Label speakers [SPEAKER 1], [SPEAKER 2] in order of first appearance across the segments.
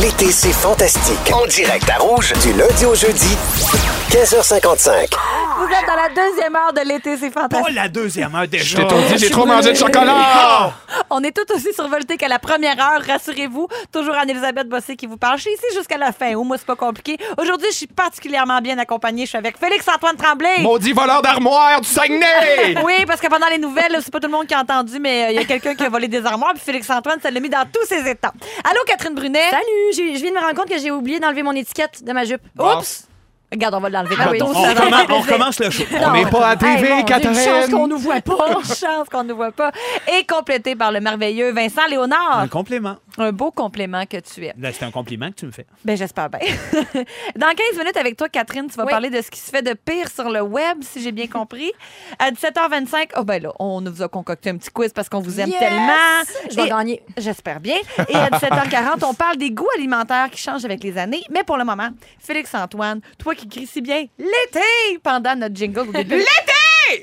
[SPEAKER 1] L'été, c'est fantastique. En direct à Rouge, du lundi au jeudi, 15h55.
[SPEAKER 2] Vous êtes dans la deuxième heure de l'été, c'est
[SPEAKER 3] Pas
[SPEAKER 2] fantastique.
[SPEAKER 3] la deuxième heure déjà.
[SPEAKER 4] T'es dit, j'ai trop mangé de chocolat!
[SPEAKER 2] On est tout aussi survoltés qu'à la première heure, rassurez-vous. Toujours Anne-Elisabeth Bossé qui vous parle. Je suis ici jusqu'à la fin. Ou moi, c'est pas compliqué. Aujourd'hui, je suis particulièrement bien accompagnée. Je suis avec Félix-Antoine Tremblay.
[SPEAKER 4] Maudit voleur d'armoire du Saguenay!
[SPEAKER 2] Oui, parce que pendant les nouvelles, là, c'est pas tout le monde qui a entendu, mais euh, il y a quelqu'un qui a volé des armoires, puis Félix-Antoine, ça l'a mis dans tous ses états. Allô, Catherine Brunet?
[SPEAKER 5] Salut, j'ai- je viens de me rendre compte que j'ai oublié d'enlever mon étiquette de ma jupe.
[SPEAKER 2] Oups! Regarde, on va l'enlever.
[SPEAKER 5] Ah oui.
[SPEAKER 2] tantôt,
[SPEAKER 3] On,
[SPEAKER 2] ça va
[SPEAKER 5] recommence-
[SPEAKER 2] faire
[SPEAKER 3] recommence,
[SPEAKER 2] plaisir.
[SPEAKER 3] le show.
[SPEAKER 2] Non.
[SPEAKER 4] On n'est pas à TV,
[SPEAKER 5] mon Dieu,
[SPEAKER 4] Catherine!
[SPEAKER 5] chance qu'on nous voit pas.
[SPEAKER 2] Bonne chance qu'on ne voit pas. Et complété par le merveilleux Vincent Léonard.
[SPEAKER 3] Un compliment.
[SPEAKER 2] Un beau complément que tu es.
[SPEAKER 3] Là, c'est un compliment que tu me fais.
[SPEAKER 2] Ben, j'espère bien. Dans 15 minutes avec toi, Catherine, tu vas
[SPEAKER 5] Oui.
[SPEAKER 2] parler de ce qui se fait de pire sur le web, si j'ai bien compris. À 17h25, oh ben là, on nous a concocté un petit quiz parce qu'on vous aime
[SPEAKER 5] Yes!
[SPEAKER 2] tellement.
[SPEAKER 5] Je vais
[SPEAKER 2] Et-
[SPEAKER 5] gagner.
[SPEAKER 2] J'espère bien. Et à 17h40, on parle des goûts alimentaires qui changent avec les années. Mais pour le moment, Félix-Antoine, toi qui cries si bien l'été pendant notre jingle au début. L'été!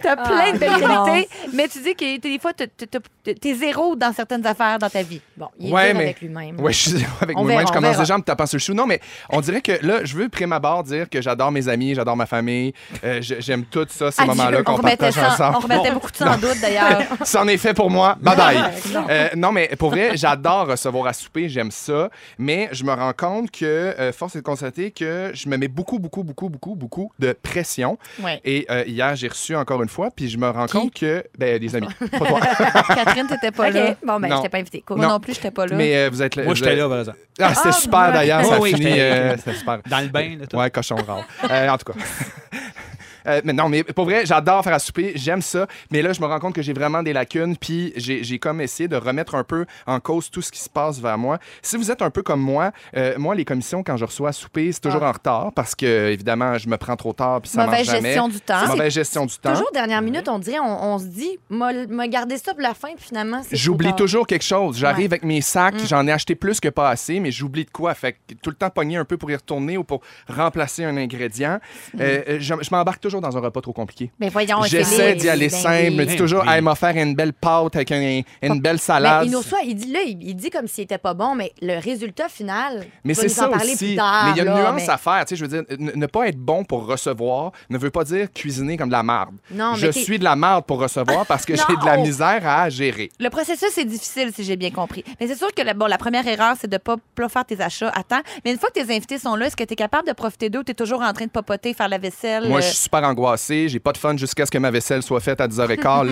[SPEAKER 2] T'as
[SPEAKER 5] Ah,
[SPEAKER 2] plein de belles
[SPEAKER 5] bon.
[SPEAKER 2] qualités, mais tu dis que des fois, t'es- t'es- t'es t'es zéro dans certaines affaires dans ta vie.
[SPEAKER 5] Bon, il est
[SPEAKER 4] Ouais,
[SPEAKER 5] dur
[SPEAKER 4] mais-
[SPEAKER 5] avec lui-même.
[SPEAKER 4] Ouais, je suis zéro avec
[SPEAKER 5] On
[SPEAKER 4] moi-même.
[SPEAKER 5] verra,
[SPEAKER 4] Je
[SPEAKER 5] on
[SPEAKER 4] commence
[SPEAKER 5] verra.
[SPEAKER 4] déjà en me tapant sur le chou. Non, mais on dirait que là, je veux prime abord dire que j'adore mes amis, j'adore ma famille. Euh, je- J'aime tout ça, ces
[SPEAKER 5] Adieu.
[SPEAKER 4] moments-là
[SPEAKER 2] on
[SPEAKER 4] qu'on
[SPEAKER 2] remettait,
[SPEAKER 4] partage
[SPEAKER 2] ça- on
[SPEAKER 4] ensemble.
[SPEAKER 2] remettait beaucoup de ça en doute, d'ailleurs.
[SPEAKER 4] C'en est fait pour moi. Bye bye.
[SPEAKER 5] Non.
[SPEAKER 4] Euh, non, mais pour vrai, j'adore recevoir à souper, j'aime ça. Mais je me rends compte que, euh, force est de constater que je me mets beaucoup, beaucoup, beaucoup, beaucoup, beaucoup de pression.
[SPEAKER 5] Ouais.
[SPEAKER 4] Et euh, hier, j'ai reçu encore une fois, puis je me rends compte que. Ben, des amis. Pas toi.
[SPEAKER 2] Catherine, t'étais pas là.
[SPEAKER 5] OK, bon, ben,
[SPEAKER 4] Non.
[SPEAKER 5] je t'ai pas invité. Cool.
[SPEAKER 2] Moi non,
[SPEAKER 4] Non.
[SPEAKER 2] plus, j'étais pas là.
[SPEAKER 4] mais euh, vous êtes là.
[SPEAKER 3] Moi,
[SPEAKER 4] vous
[SPEAKER 3] j'étais
[SPEAKER 4] êtes-
[SPEAKER 3] là, par exemple.
[SPEAKER 4] Ah, c'était
[SPEAKER 2] Ah,
[SPEAKER 4] super
[SPEAKER 2] ouais.
[SPEAKER 4] d'ailleurs,
[SPEAKER 3] Oui,
[SPEAKER 4] ça
[SPEAKER 3] oui,
[SPEAKER 4] a fini.
[SPEAKER 3] j'étais-
[SPEAKER 4] euh, c'était super.
[SPEAKER 3] Dans le bain, là, tout.
[SPEAKER 4] Ouais, cochon rare. Euh, en tout cas. Euh, mais non, mais pour vrai, j'adore faire à souper, j'aime ça. Mais là, je me rends compte que j'ai vraiment des lacunes, puis j'ai j'ai comme essayé de remettre un peu en cause tout ce qui se passe vers moi. Si vous êtes un peu comme moi, euh, moi, les commissions, quand je reçois à souper, c'est
[SPEAKER 3] Ah.
[SPEAKER 4] toujours en retard parce que, évidemment, je me prends trop tard, puis ça
[SPEAKER 5] Mauvaise
[SPEAKER 4] marche jamais.
[SPEAKER 5] gestion du temps.
[SPEAKER 4] C'est Mauvaise gestion du temps.
[SPEAKER 5] Toujours dernière minute, on dirait, on, on se dit, m'a m'a gardé ça pour la fin, puis finalement, c'est.
[SPEAKER 4] J'oublie
[SPEAKER 5] trop tard.
[SPEAKER 4] toujours quelque chose. J'arrive
[SPEAKER 5] Ouais. Mm.
[SPEAKER 4] avec mes sacs, j'en ai acheté plus que pas assez, mais j'oublie de quoi. Fait que tout le temps pogner un peu pour y retourner ou pour remplacer un ingrédient. Euh, euh, je je m'embarque toujours dans un repas trop compliqué.
[SPEAKER 5] Mm. Mais voyons,
[SPEAKER 4] J'essaie
[SPEAKER 5] Félix,
[SPEAKER 4] d'y aller
[SPEAKER 5] ben
[SPEAKER 4] simple.
[SPEAKER 5] oui.
[SPEAKER 4] Me dit
[SPEAKER 3] Ben
[SPEAKER 4] toujours,
[SPEAKER 3] oui.
[SPEAKER 4] elle m'a offert une belle pâte avec une, une belle
[SPEAKER 5] Ben,
[SPEAKER 4] salade.
[SPEAKER 5] il nous reçoit, il dit là, il, il dit comme s'il était pas bon, mais le résultat final.
[SPEAKER 4] mais
[SPEAKER 5] tu vas
[SPEAKER 4] c'est
[SPEAKER 5] nous en
[SPEAKER 4] ça
[SPEAKER 5] parler
[SPEAKER 4] aussi.
[SPEAKER 5] Plus tard,
[SPEAKER 4] mais il y a une
[SPEAKER 5] là,
[SPEAKER 4] nuance
[SPEAKER 5] mais-
[SPEAKER 4] à faire. Tu sais, je veux dire, ne, ne pas être bon pour recevoir ne veut pas dire cuisiner comme de la marde.
[SPEAKER 5] Non, mais
[SPEAKER 4] je
[SPEAKER 5] t'es-
[SPEAKER 4] suis de la marde pour recevoir parce que
[SPEAKER 5] Non!
[SPEAKER 4] j'ai de la misère à gérer.
[SPEAKER 2] Le processus est difficile, si j'ai bien compris. Mais c'est sûr que la, bon, la première erreur, c'est de ne pas, pas faire tes achats à temps. Mais une fois que tes invités sont là, est-ce que tu es capable de profiter d'eux ou tu es toujours en train de papoter, faire la vaisselle?
[SPEAKER 4] Moi,
[SPEAKER 2] euh,
[SPEAKER 4] je suis super angoissé. J'ai pas de fun jusqu'à ce que ma vaisselle soit faite à 10h15.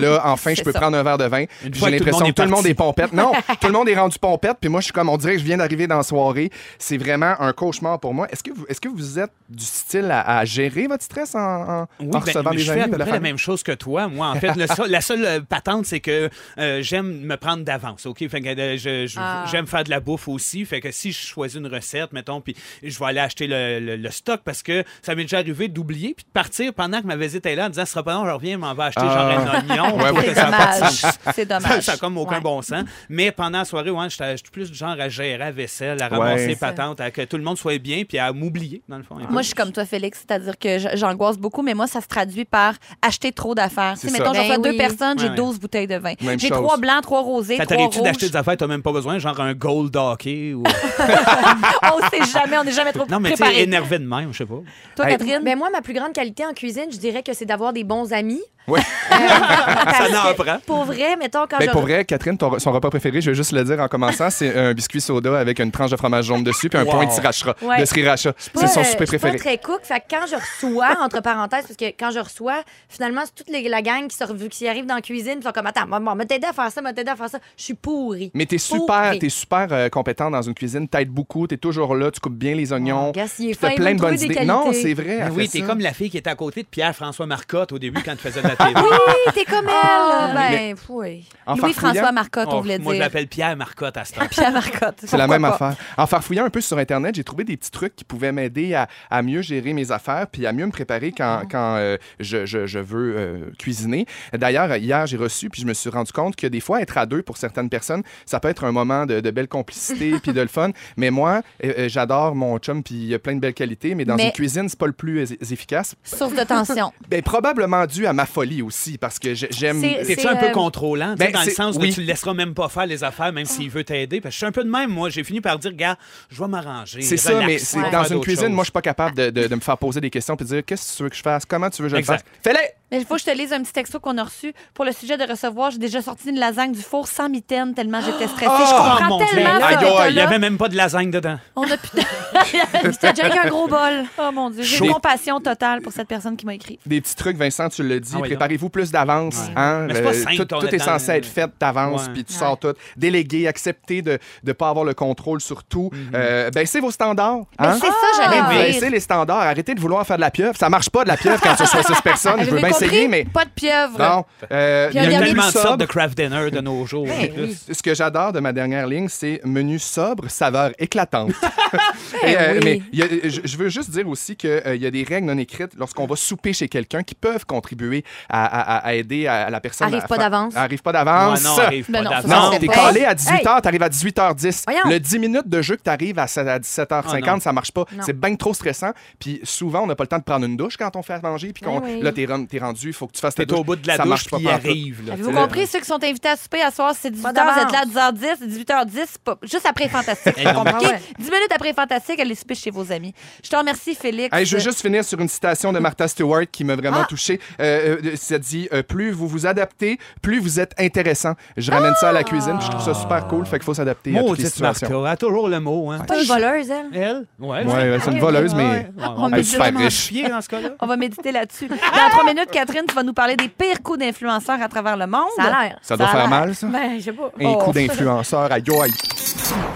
[SPEAKER 4] Là, enfin, je
[SPEAKER 2] C'est
[SPEAKER 4] peux
[SPEAKER 2] ça.
[SPEAKER 4] prendre un verre de vin.
[SPEAKER 3] Une
[SPEAKER 4] Puis
[SPEAKER 3] fois
[SPEAKER 4] J'ai
[SPEAKER 3] que tout le
[SPEAKER 4] l'impression
[SPEAKER 3] monde
[SPEAKER 4] que
[SPEAKER 3] est
[SPEAKER 4] tout le monde
[SPEAKER 3] parti.
[SPEAKER 4] est pompette. Non, tout le monde est rendu pompette. Puis moi, je suis comme, on dirait que je viens d'arriver dans la soirée. C'est vraiment un cauchemar pour moi. Est-ce que vous, est-ce que vous êtes du style à, à gérer votre stress en, en- en
[SPEAKER 3] Oui, ben,
[SPEAKER 4] recevant
[SPEAKER 3] je
[SPEAKER 4] des
[SPEAKER 3] fais à
[SPEAKER 4] amis
[SPEAKER 3] peu
[SPEAKER 4] ou
[SPEAKER 3] près
[SPEAKER 4] de la
[SPEAKER 3] la
[SPEAKER 4] famille?
[SPEAKER 3] même chose que toi. Moi, en fait, le seul- la seule euh, patente, c'est que euh, j'aime me prendre d'avance. OK? Fait que, euh, je- je-
[SPEAKER 5] Ah.
[SPEAKER 3] J'aime faire de la bouffe aussi. Fait que si je choisis une recette, mettons, puis je vais aller acheter le, le- le stock parce que ça m'est déjà arrivé d'oublier puis de partir pendant que ma visite est là en disant ce sera pas long, je reviens, je m'en vais acheter
[SPEAKER 4] Ah.
[SPEAKER 3] genre un oignon.
[SPEAKER 4] Ouais,
[SPEAKER 3] Je trouve
[SPEAKER 4] ouais.
[SPEAKER 3] que
[SPEAKER 2] C'est
[SPEAKER 3] ça a pas de
[SPEAKER 2] dommage.
[SPEAKER 3] sens.
[SPEAKER 2] C'est
[SPEAKER 3] Ça,
[SPEAKER 2] dommage.
[SPEAKER 3] ça a comme aucun
[SPEAKER 5] Ouais.
[SPEAKER 3] bon sens. Mais pendant la soirée, ouais, j'étais j'étais plus du genre à gérer la vaisselle, à
[SPEAKER 4] Ouais.
[SPEAKER 3] ramasser
[SPEAKER 4] C'est
[SPEAKER 5] ça.
[SPEAKER 3] patente, à que tout le monde soit bien, puis à m'oublier, dans le fond. un peu.
[SPEAKER 2] Moi, je suis comme toi, Félix, c'est-à-dire que j- j'angoisse beaucoup, mais moi, ça se traduit par acheter trop d'affaires. Tu sais,
[SPEAKER 4] C'est
[SPEAKER 2] mettons,
[SPEAKER 4] ça.
[SPEAKER 2] j'en fais
[SPEAKER 5] Ben
[SPEAKER 2] deux
[SPEAKER 5] oui.
[SPEAKER 2] personnes, j'ai
[SPEAKER 3] Ouais, ouais.
[SPEAKER 2] 12 bouteilles de vin.
[SPEAKER 4] Même
[SPEAKER 2] J'ai
[SPEAKER 4] chose.
[SPEAKER 2] trois blancs, trois rosés,
[SPEAKER 3] Ça
[SPEAKER 2] trois
[SPEAKER 3] t'arrive-tu d'acheter
[SPEAKER 2] rouges.
[SPEAKER 3] des affaires que t'as même pas besoin, genre un gold hockey ou.
[SPEAKER 2] on sait jamais, on n'est jamais trop
[SPEAKER 3] Non, mais tu sais,
[SPEAKER 2] préparé.
[SPEAKER 3] énervé de même, je sais pas.
[SPEAKER 2] Toi,
[SPEAKER 4] Hey.
[SPEAKER 2] Catherine?
[SPEAKER 5] Ben, moi, ma plus grande qualité en cuisine, je dirais que c'est d'avoir des bons amis.
[SPEAKER 4] Ouais.
[SPEAKER 3] Ça
[SPEAKER 5] Parce
[SPEAKER 3] n'en
[SPEAKER 5] que,
[SPEAKER 3] prend.
[SPEAKER 5] Pour vrai, mettons, quand
[SPEAKER 4] Ben,
[SPEAKER 5] je.
[SPEAKER 4] pour vrai, Catherine, ton- son repas préféré, je vais juste le dire en commençant, c'est un biscuit soda avec une tranche de fromage jaune dessus puis un
[SPEAKER 3] Wow.
[SPEAKER 4] point de sriracha.
[SPEAKER 5] Ouais.
[SPEAKER 4] De sriracha.
[SPEAKER 5] Pas,
[SPEAKER 4] C'est son
[SPEAKER 5] euh,
[SPEAKER 4] souper préféré.
[SPEAKER 5] Je suis pas très cook. Fait que quand je reçois, entre parenthèses, parce que quand je reçois, finalement, c'est toute les- la gang qui, sort, qui arrive dans la cuisine, puis sont comme Attends, maman, m'a t'aider à faire ça, m'a t'aider à faire ça. Je suis pourrie.
[SPEAKER 4] Mais t'es super,
[SPEAKER 5] Pourrie.
[SPEAKER 4] t'es super euh, compétent dans une cuisine, t'aides beaucoup, t'es toujours là, tu coupes bien les oignons.
[SPEAKER 5] Oh, Gas, il est
[SPEAKER 4] puis t'as
[SPEAKER 5] fin, il
[SPEAKER 4] plein
[SPEAKER 5] va
[SPEAKER 4] de bonnes
[SPEAKER 5] trouver des
[SPEAKER 4] idées. Non,
[SPEAKER 5] qualités.
[SPEAKER 4] c'est vrai. elle
[SPEAKER 3] oui,
[SPEAKER 4] fait
[SPEAKER 3] t'es
[SPEAKER 4] ça.
[SPEAKER 3] comme la fille qui était à côté de Pierre-François Marcotte au début quand tu faisais de la
[SPEAKER 2] Ah,
[SPEAKER 3] télé.
[SPEAKER 5] Oui, t'es comme elle.
[SPEAKER 4] Ah,
[SPEAKER 5] ben, oui.
[SPEAKER 4] En
[SPEAKER 2] Louis-François
[SPEAKER 4] farfouillant,
[SPEAKER 2] Marcotte, on
[SPEAKER 3] Oh,
[SPEAKER 2] voulait
[SPEAKER 3] moi, je
[SPEAKER 2] dire. Ah,
[SPEAKER 3] l'appelle Pierre Marcotte à ce temps.
[SPEAKER 2] Pierre Marcotte.
[SPEAKER 4] C'est la
[SPEAKER 2] Pourquoi
[SPEAKER 4] même
[SPEAKER 2] pas?
[SPEAKER 4] affaire. En farfouillant un peu sur Internet, j'ai trouvé des petits trucs qui pouvaient m'aider à, à mieux gérer mes affaires puis à mieux me préparer
[SPEAKER 5] Ah.
[SPEAKER 4] quand, quand euh, je, je- je veux euh, cuisiner. D'ailleurs, hier, j'ai reçu puis je me suis rendu compte que des fois, être à deux pour certaines personnes, ça peut être un moment de, de belle complicité puis de le fun. Mais moi, euh, euh, j'adore mon chum puis il y a plein de belles qualités, mais dans
[SPEAKER 2] Mais-
[SPEAKER 4] une cuisine, c'est pas le plus euh, efficace.
[SPEAKER 2] Source de tension.
[SPEAKER 4] Ben, probablement dû à ma folie aussi parce que j'ai- j'aime.
[SPEAKER 5] C'est-
[SPEAKER 3] T'es-tu un peu
[SPEAKER 5] euh,
[SPEAKER 3] contrôlant, tu sais,
[SPEAKER 4] ben,
[SPEAKER 3] dans le
[SPEAKER 4] c'est-
[SPEAKER 3] sens où
[SPEAKER 4] oui.
[SPEAKER 3] tu le laisseras même pas faire les affaires, même s'il veut t'aider? Parce que je suis un peu de même, moi. J'ai fini par dire, gars, je vais m'arranger.
[SPEAKER 4] C'est ça,
[SPEAKER 3] relax,
[SPEAKER 4] mais
[SPEAKER 3] on
[SPEAKER 4] c'est
[SPEAKER 3] va
[SPEAKER 4] dans
[SPEAKER 3] faire
[SPEAKER 4] une
[SPEAKER 3] d'autres
[SPEAKER 4] cuisine,
[SPEAKER 3] choses.
[SPEAKER 4] moi, je suis pas capable de, de- de me faire poser des questions puis de dire qu'est-ce que tu veux que je fasse, comment tu veux que je le fasse.
[SPEAKER 3] Exact.
[SPEAKER 4] Fais-le!
[SPEAKER 2] Mais il faut que je te lise un petit texto qu'on a reçu. Pour le sujet de recevoir, j'ai déjà sorti une lasagne du four sans mitaine tellement j'étais stressée. je
[SPEAKER 3] Oh,
[SPEAKER 2] comprends
[SPEAKER 3] mon Dieu.
[SPEAKER 2] tellement
[SPEAKER 3] Aïe,
[SPEAKER 2] cet
[SPEAKER 3] aïe,
[SPEAKER 2] état-là.
[SPEAKER 3] Il n'y avait même pas de lasagne dedans.
[SPEAKER 2] On a pu... J'étais déjà avec un gros bol. Oh mon Dieu. J'ai
[SPEAKER 4] Chaud.
[SPEAKER 2] compassion totale pour cette personne qui m'a écrit.
[SPEAKER 4] Des petits trucs, Vincent, tu le dis,
[SPEAKER 3] Ah oui,
[SPEAKER 4] préparez-vous plus d'avance. hein,
[SPEAKER 3] Mais c'est pas
[SPEAKER 4] le-
[SPEAKER 3] simple,
[SPEAKER 4] tout
[SPEAKER 3] on
[SPEAKER 4] tout
[SPEAKER 3] est
[SPEAKER 4] est
[SPEAKER 3] dans
[SPEAKER 4] censé
[SPEAKER 3] le-
[SPEAKER 4] être fait d'avance,
[SPEAKER 3] Ouais.
[SPEAKER 4] puis tu sors tout. Déléguer, accepter de ne pas avoir le contrôle sur tout.
[SPEAKER 3] Mm-hmm.
[SPEAKER 4] Euh, baissez vos standards. hein?
[SPEAKER 5] C'est ça, j'allais
[SPEAKER 4] Ben,
[SPEAKER 5] dire.
[SPEAKER 4] baissez les standards. Arrêtez de vouloir faire de la pieuvre. Ça marche pas de la pieuvre quand tu reçois six personnes. Je veux
[SPEAKER 5] Avez-vous
[SPEAKER 4] bien
[SPEAKER 5] compris?
[SPEAKER 4] essayer, mais.
[SPEAKER 5] Pas de pieuvre.
[SPEAKER 4] Non. Euh,
[SPEAKER 5] Puis
[SPEAKER 3] Il y a
[SPEAKER 5] dernier
[SPEAKER 4] menu
[SPEAKER 3] tellement de sortes
[SPEAKER 4] sobre.
[SPEAKER 3] de craft dinner de nos jours.
[SPEAKER 5] oui.
[SPEAKER 4] Ce que j'adore de ma dernière ligne, c'est menu sobre, saveur éclatante. Et, euh,
[SPEAKER 5] Eh oui.
[SPEAKER 4] Mais il y a- je je veux juste dire aussi qu'il y a des règles non écrites lorsqu'on va souper chez quelqu'un qui peuvent contribuer à, à- à aider à, à la personne.
[SPEAKER 5] Arrive
[SPEAKER 4] à
[SPEAKER 5] pas
[SPEAKER 4] faire-
[SPEAKER 5] d'avance.
[SPEAKER 4] Arrive pas
[SPEAKER 3] Ah
[SPEAKER 4] d'avance.
[SPEAKER 3] non, arrive
[SPEAKER 2] Ben
[SPEAKER 3] pas
[SPEAKER 2] non, ça,
[SPEAKER 3] d'avance.
[SPEAKER 2] ça
[SPEAKER 4] Non,
[SPEAKER 5] se
[SPEAKER 4] t'es
[SPEAKER 5] fait pas.
[SPEAKER 4] collé à 18h, t'arrives à 18h10.
[SPEAKER 5] Voyons.
[SPEAKER 4] Le 10 minutes de jeu que t'arrives à, sept- à 17h50,
[SPEAKER 3] Ah non.
[SPEAKER 4] ça marche pas.
[SPEAKER 5] Non.
[SPEAKER 4] C'est bien trop stressant. Puis souvent, on n'a pas le temps de prendre une douche quand on fait à manger. Puis qu'on-
[SPEAKER 5] Ben oui.
[SPEAKER 4] là, t'es rem- t'es rendu, il faut que tu fasses ta
[SPEAKER 3] T'es
[SPEAKER 4] douche.
[SPEAKER 3] au bout de la
[SPEAKER 4] ça
[SPEAKER 3] douche
[SPEAKER 4] marche pas
[SPEAKER 3] puis il
[SPEAKER 4] pantoute.
[SPEAKER 3] arrive. là,
[SPEAKER 2] Avez-vous
[SPEAKER 3] tu sais.
[SPEAKER 2] compris ceux qui sont invités à souper à soir, c'est 18h, vous êtes
[SPEAKER 5] d'avance.
[SPEAKER 2] là à 10h10, c'est 18h10, c'est pas- juste après Fantastique.
[SPEAKER 3] Eh non.
[SPEAKER 2] c'est compliqué.
[SPEAKER 5] Ah ouais.
[SPEAKER 2] 10 minutes après Fantastique, allez souper chez vos amis. Je te remercie, Félix. Euh,
[SPEAKER 4] Hey, je veux juste finir sur une citation de Martha Stewart qui m'a vraiment touché. Euh, euh, ça dit euh, Plus vous vous adaptez, plus vous êtes intéressant. Je ramène ça à la cuisine. puis Je trouve ça super cool. Fait qu'il faut s'adapter à toutes les
[SPEAKER 3] Maudite Martha,
[SPEAKER 4] situations.
[SPEAKER 3] elle a toujours le mot. Hein.
[SPEAKER 5] Pas une voleuse, elle.
[SPEAKER 3] Elle? Ouais.
[SPEAKER 4] Ouais, c'est une voleuse, mais
[SPEAKER 2] On
[SPEAKER 4] elle
[SPEAKER 2] peut
[SPEAKER 4] est super
[SPEAKER 2] vraiment
[SPEAKER 4] riche.
[SPEAKER 3] Chier dans ce cas-là.
[SPEAKER 2] On va méditer là-dessus. Dans trois minutes, Catherine, tu vas nous parler des pires coups d'influenceurs à travers le monde.
[SPEAKER 5] Ça a l'air.
[SPEAKER 4] Ça doit
[SPEAKER 2] Ça a
[SPEAKER 4] faire
[SPEAKER 2] l'air.
[SPEAKER 4] mal, ça.
[SPEAKER 5] Ben, je sais pas.
[SPEAKER 4] Un coup d'influenceur. Aïe, aïe.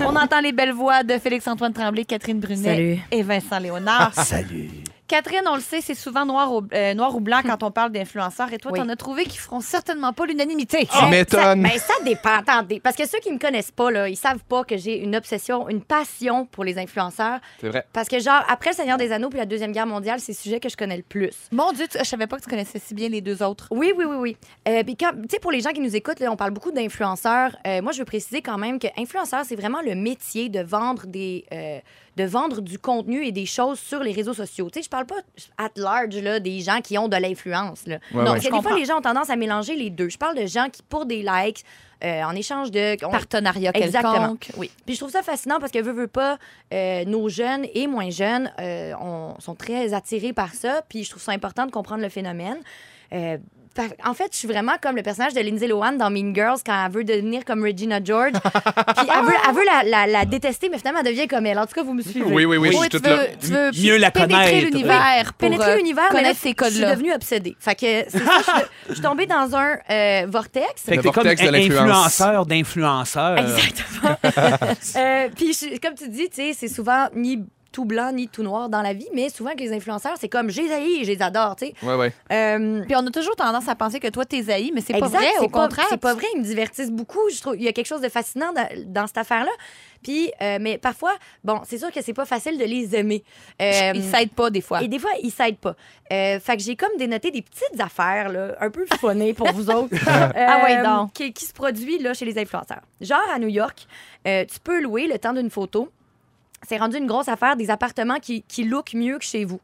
[SPEAKER 2] On entend les belles voix de Félix-Antoine Tremblay, Catherine Brunet
[SPEAKER 5] Salut.
[SPEAKER 2] et Vincent Léonard. Salut. Catherine, on le sait, c'est souvent noir ou, euh, noir ou blanc quand on parle d'influenceurs. Et toi,
[SPEAKER 5] Oui.
[SPEAKER 2] t'en as trouvé qui feront certainement pas l'unanimité.
[SPEAKER 5] Ah!
[SPEAKER 4] Tu m'étonnes.
[SPEAKER 5] Mais ça dépend. Attendez, parce que ceux qui me connaissent pas, là, ils savent pas que j'ai une obsession, une passion pour les influenceurs.
[SPEAKER 4] C'est vrai.
[SPEAKER 5] Parce que, genre, après le Seigneur des Anneaux puis la Deuxième Guerre mondiale, c'est le sujet que je connais le plus.
[SPEAKER 2] Mon Dieu, tu- je savais pas que tu connaissais si bien les deux autres.
[SPEAKER 5] Oui, oui, oui, oui. Euh, puis quand, tu sais, pour les gens qui nous écoutent, là, on parle beaucoup d'influenceurs. Euh, moi, je veux préciser quand même que influenceur, c'est vraiment le métier de vendre des, euh, de vendre du contenu et des choses sur les réseaux sociaux. Tu sais, je parle pas at large là, des gens qui ont de l'influence. là.
[SPEAKER 4] Ouais,
[SPEAKER 5] non,
[SPEAKER 4] ouais.
[SPEAKER 5] parce que
[SPEAKER 2] Je
[SPEAKER 5] des
[SPEAKER 2] comprends.
[SPEAKER 5] fois, les gens ont tendance à mélanger les deux. Je parle de gens qui, pour des likes, euh, en échange de on-
[SPEAKER 2] Partenariat
[SPEAKER 5] Exactement.
[SPEAKER 2] quelconque. Oui.
[SPEAKER 5] puis je trouve ça fascinant parce que veut, veut pas, euh, nos jeunes et moins jeunes euh, on- sont très attirés par ça. Puis je trouve ça important de comprendre le phénomène. Euh, par- en fait, je suis vraiment comme le personnage de Lindsay Lohan dans Mean Girls quand elle veut devenir comme Regina George. Puis elle veut, elle veut la, la- la détester, mais finalement, elle devient comme elle. En tout cas, vous me suivez.
[SPEAKER 4] Oui, oui, oui, je suis
[SPEAKER 2] tu
[SPEAKER 4] toute là.
[SPEAKER 2] veux, tu veux
[SPEAKER 3] Mieux la
[SPEAKER 2] pénétrer
[SPEAKER 3] connaître.
[SPEAKER 2] l'univers. pour,
[SPEAKER 5] Pénétrer
[SPEAKER 2] euh,
[SPEAKER 5] l'univers, mais là,
[SPEAKER 2] connaître ces
[SPEAKER 5] je suis
[SPEAKER 2] codes-là.
[SPEAKER 5] devenue obsédée. Fait que c'est ça, je, suis- je suis tombée dans un euh, vortex.
[SPEAKER 3] Fait que
[SPEAKER 4] Le
[SPEAKER 3] t'es comme
[SPEAKER 4] vortex de
[SPEAKER 3] un
[SPEAKER 4] l'influence.
[SPEAKER 3] influenceur d'influenceurs.
[SPEAKER 5] Exactement. Euh, puis, je- comme tu dis, tu sais, c'est souvent ni tout blanc ni tout noir dans la vie, mais souvent que les influenceurs, c'est comme j'ai haï et je les adore, tu sais.
[SPEAKER 4] Ouais, ouais.
[SPEAKER 5] Euh,
[SPEAKER 2] Puis on a toujours tendance à penser que toi, t'es haï, mais c'est pas
[SPEAKER 5] exact,
[SPEAKER 2] vrai.
[SPEAKER 5] c'est
[SPEAKER 2] Au contraire.
[SPEAKER 5] C'est pas vrai, ils me divertissent beaucoup. Je trouve, il y a quelque chose de fascinant dans, dans cette affaire-là. Puis, euh, mais parfois, bon, c'est sûr que c'est pas facile de les aimer. Euh,
[SPEAKER 2] Ils s'aident pas des fois.
[SPEAKER 5] et des fois, ils s'aident pas. Euh, fait que j'ai comme dénoté des petites affaires, là, un peu funnées pour vous autres. Euh,
[SPEAKER 2] Ah ouais, donc.
[SPEAKER 5] Qui, qui se produit, là, chez les influenceurs. Genre, à New York, euh, tu peux louer le temps d'une photo. C'est rendu une grosse affaire des appartements qui, qui lookent mieux que chez vous.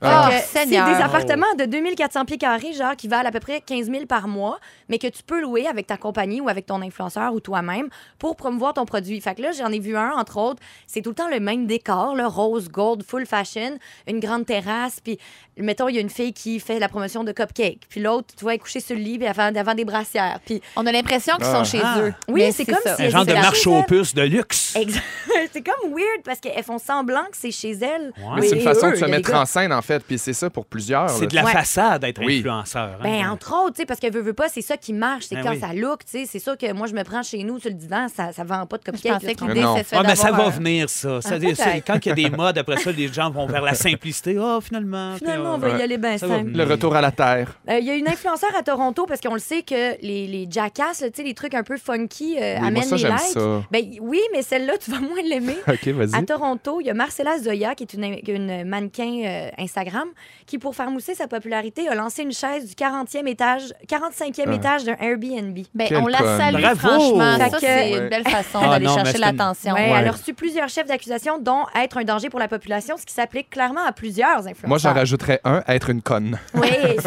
[SPEAKER 5] Fait
[SPEAKER 2] Ah.
[SPEAKER 5] que
[SPEAKER 2] Oh,
[SPEAKER 5] c'est des
[SPEAKER 2] Seigneur. Oh.
[SPEAKER 5] appartements de 2400 pieds carrés, genre, qui valent à peu près 15 000 par mois, mais que tu peux louer avec ta compagnie ou avec ton influenceur ou toi-même pour promouvoir ton produit. Fait que là, j'en ai vu un, entre autres. C'est tout le temps le même décor, le rose, gold, full fashion, une grande terrasse. Puis, mettons, il y a une fille qui fait la promotion de cupcakes. Puis l'autre, tu vois, elle est couchée sur le lit, puis avant, des brassières. Puis,
[SPEAKER 2] On a l'impression qu'ils sont
[SPEAKER 4] Ah.
[SPEAKER 2] chez
[SPEAKER 3] Ah.
[SPEAKER 2] eux.
[SPEAKER 5] Oui,
[SPEAKER 2] Mais
[SPEAKER 5] c'est comme
[SPEAKER 2] ça.
[SPEAKER 5] si
[SPEAKER 3] Un
[SPEAKER 5] elles
[SPEAKER 3] genre de
[SPEAKER 5] étaient
[SPEAKER 3] marche
[SPEAKER 5] chez
[SPEAKER 3] aux
[SPEAKER 5] elles.
[SPEAKER 3] puces de luxe.
[SPEAKER 5] Exact. c'est comme weird parce qu'elles font semblant que c'est chez elles.
[SPEAKER 3] Ouais.
[SPEAKER 4] Ah. Mais
[SPEAKER 3] Oui,
[SPEAKER 4] c'est une façon
[SPEAKER 5] eux,
[SPEAKER 4] de se
[SPEAKER 5] les
[SPEAKER 4] mettre
[SPEAKER 5] gars.
[SPEAKER 4] en scène, en fait. Puis c'est ça pour plusieurs.
[SPEAKER 3] C'est de
[SPEAKER 4] là.
[SPEAKER 3] la
[SPEAKER 5] Ouais.
[SPEAKER 3] façade d'être
[SPEAKER 4] Oui.
[SPEAKER 3] influenceur. hein.
[SPEAKER 5] Ben, entre autres, tu sais, parce qu'elle veut, veut pas, c'est ça qui marche, c'est
[SPEAKER 3] Ben
[SPEAKER 5] quand
[SPEAKER 3] oui.
[SPEAKER 5] ça look, tu sais. C'est sûr que moi, je me prends chez nous sur le divan, ça, ça vend pas de
[SPEAKER 2] Je
[SPEAKER 5] cupcakes. là,
[SPEAKER 2] pensais que
[SPEAKER 5] tu
[SPEAKER 2] l'idée,
[SPEAKER 4] Non.
[SPEAKER 2] c'est ça.
[SPEAKER 3] Ouais, Ah, mais ça
[SPEAKER 2] d'avoir
[SPEAKER 3] va
[SPEAKER 2] euh, un-
[SPEAKER 3] venir, ça. Ça veut dire,
[SPEAKER 5] peut-être.
[SPEAKER 3] c'est- quand il y a des modes, après ça, les gens vont vers la simplicité. Ah, finalement. puis,
[SPEAKER 5] Finalement, on
[SPEAKER 3] ah,
[SPEAKER 5] va y
[SPEAKER 4] Ouais.
[SPEAKER 5] aller bien
[SPEAKER 3] Ça va
[SPEAKER 5] simple.
[SPEAKER 3] venir.
[SPEAKER 4] Le retour à la terre.
[SPEAKER 5] Euh, Il y a une influenceur à Toronto, parce qu'on le sait que les, les jackasses, là, tu sais, les trucs un peu funky euh,
[SPEAKER 4] Oui,
[SPEAKER 5] amènent
[SPEAKER 4] moi, ça,
[SPEAKER 5] les
[SPEAKER 4] j'aime
[SPEAKER 5] likes.
[SPEAKER 4] ça.
[SPEAKER 5] Ben, oui, mais celle-là, tu vas moins l'aimer.
[SPEAKER 4] OK, vas-y.
[SPEAKER 5] À Toronto, il y a Marcella Zoya, qui est une, une mannequin euh, Instagram, qui, pour faire mousser sa popularité, a lancé une chaise du 40e étage, 45e
[SPEAKER 4] Ah.
[SPEAKER 5] étage d'un Airbnb.
[SPEAKER 2] Ben,
[SPEAKER 4] Quelle
[SPEAKER 2] on la
[SPEAKER 4] conne.
[SPEAKER 2] salue,
[SPEAKER 3] Bravo!
[SPEAKER 2] franchement.
[SPEAKER 5] Fait
[SPEAKER 2] Ça,
[SPEAKER 5] que-
[SPEAKER 2] c'est une belle façon
[SPEAKER 3] Ah
[SPEAKER 2] d'aller
[SPEAKER 3] non, mais
[SPEAKER 2] chercher
[SPEAKER 3] c'est une-
[SPEAKER 2] l'attention.
[SPEAKER 5] Ouais,
[SPEAKER 3] Ouais.
[SPEAKER 5] Elle a reçu plusieurs chefs d'accusation, dont être un danger pour la population, ce qui s'applique clairement à plusieurs influenceurs.
[SPEAKER 4] Moi, j'en rajouterais un, être une conne.
[SPEAKER 5] Oui.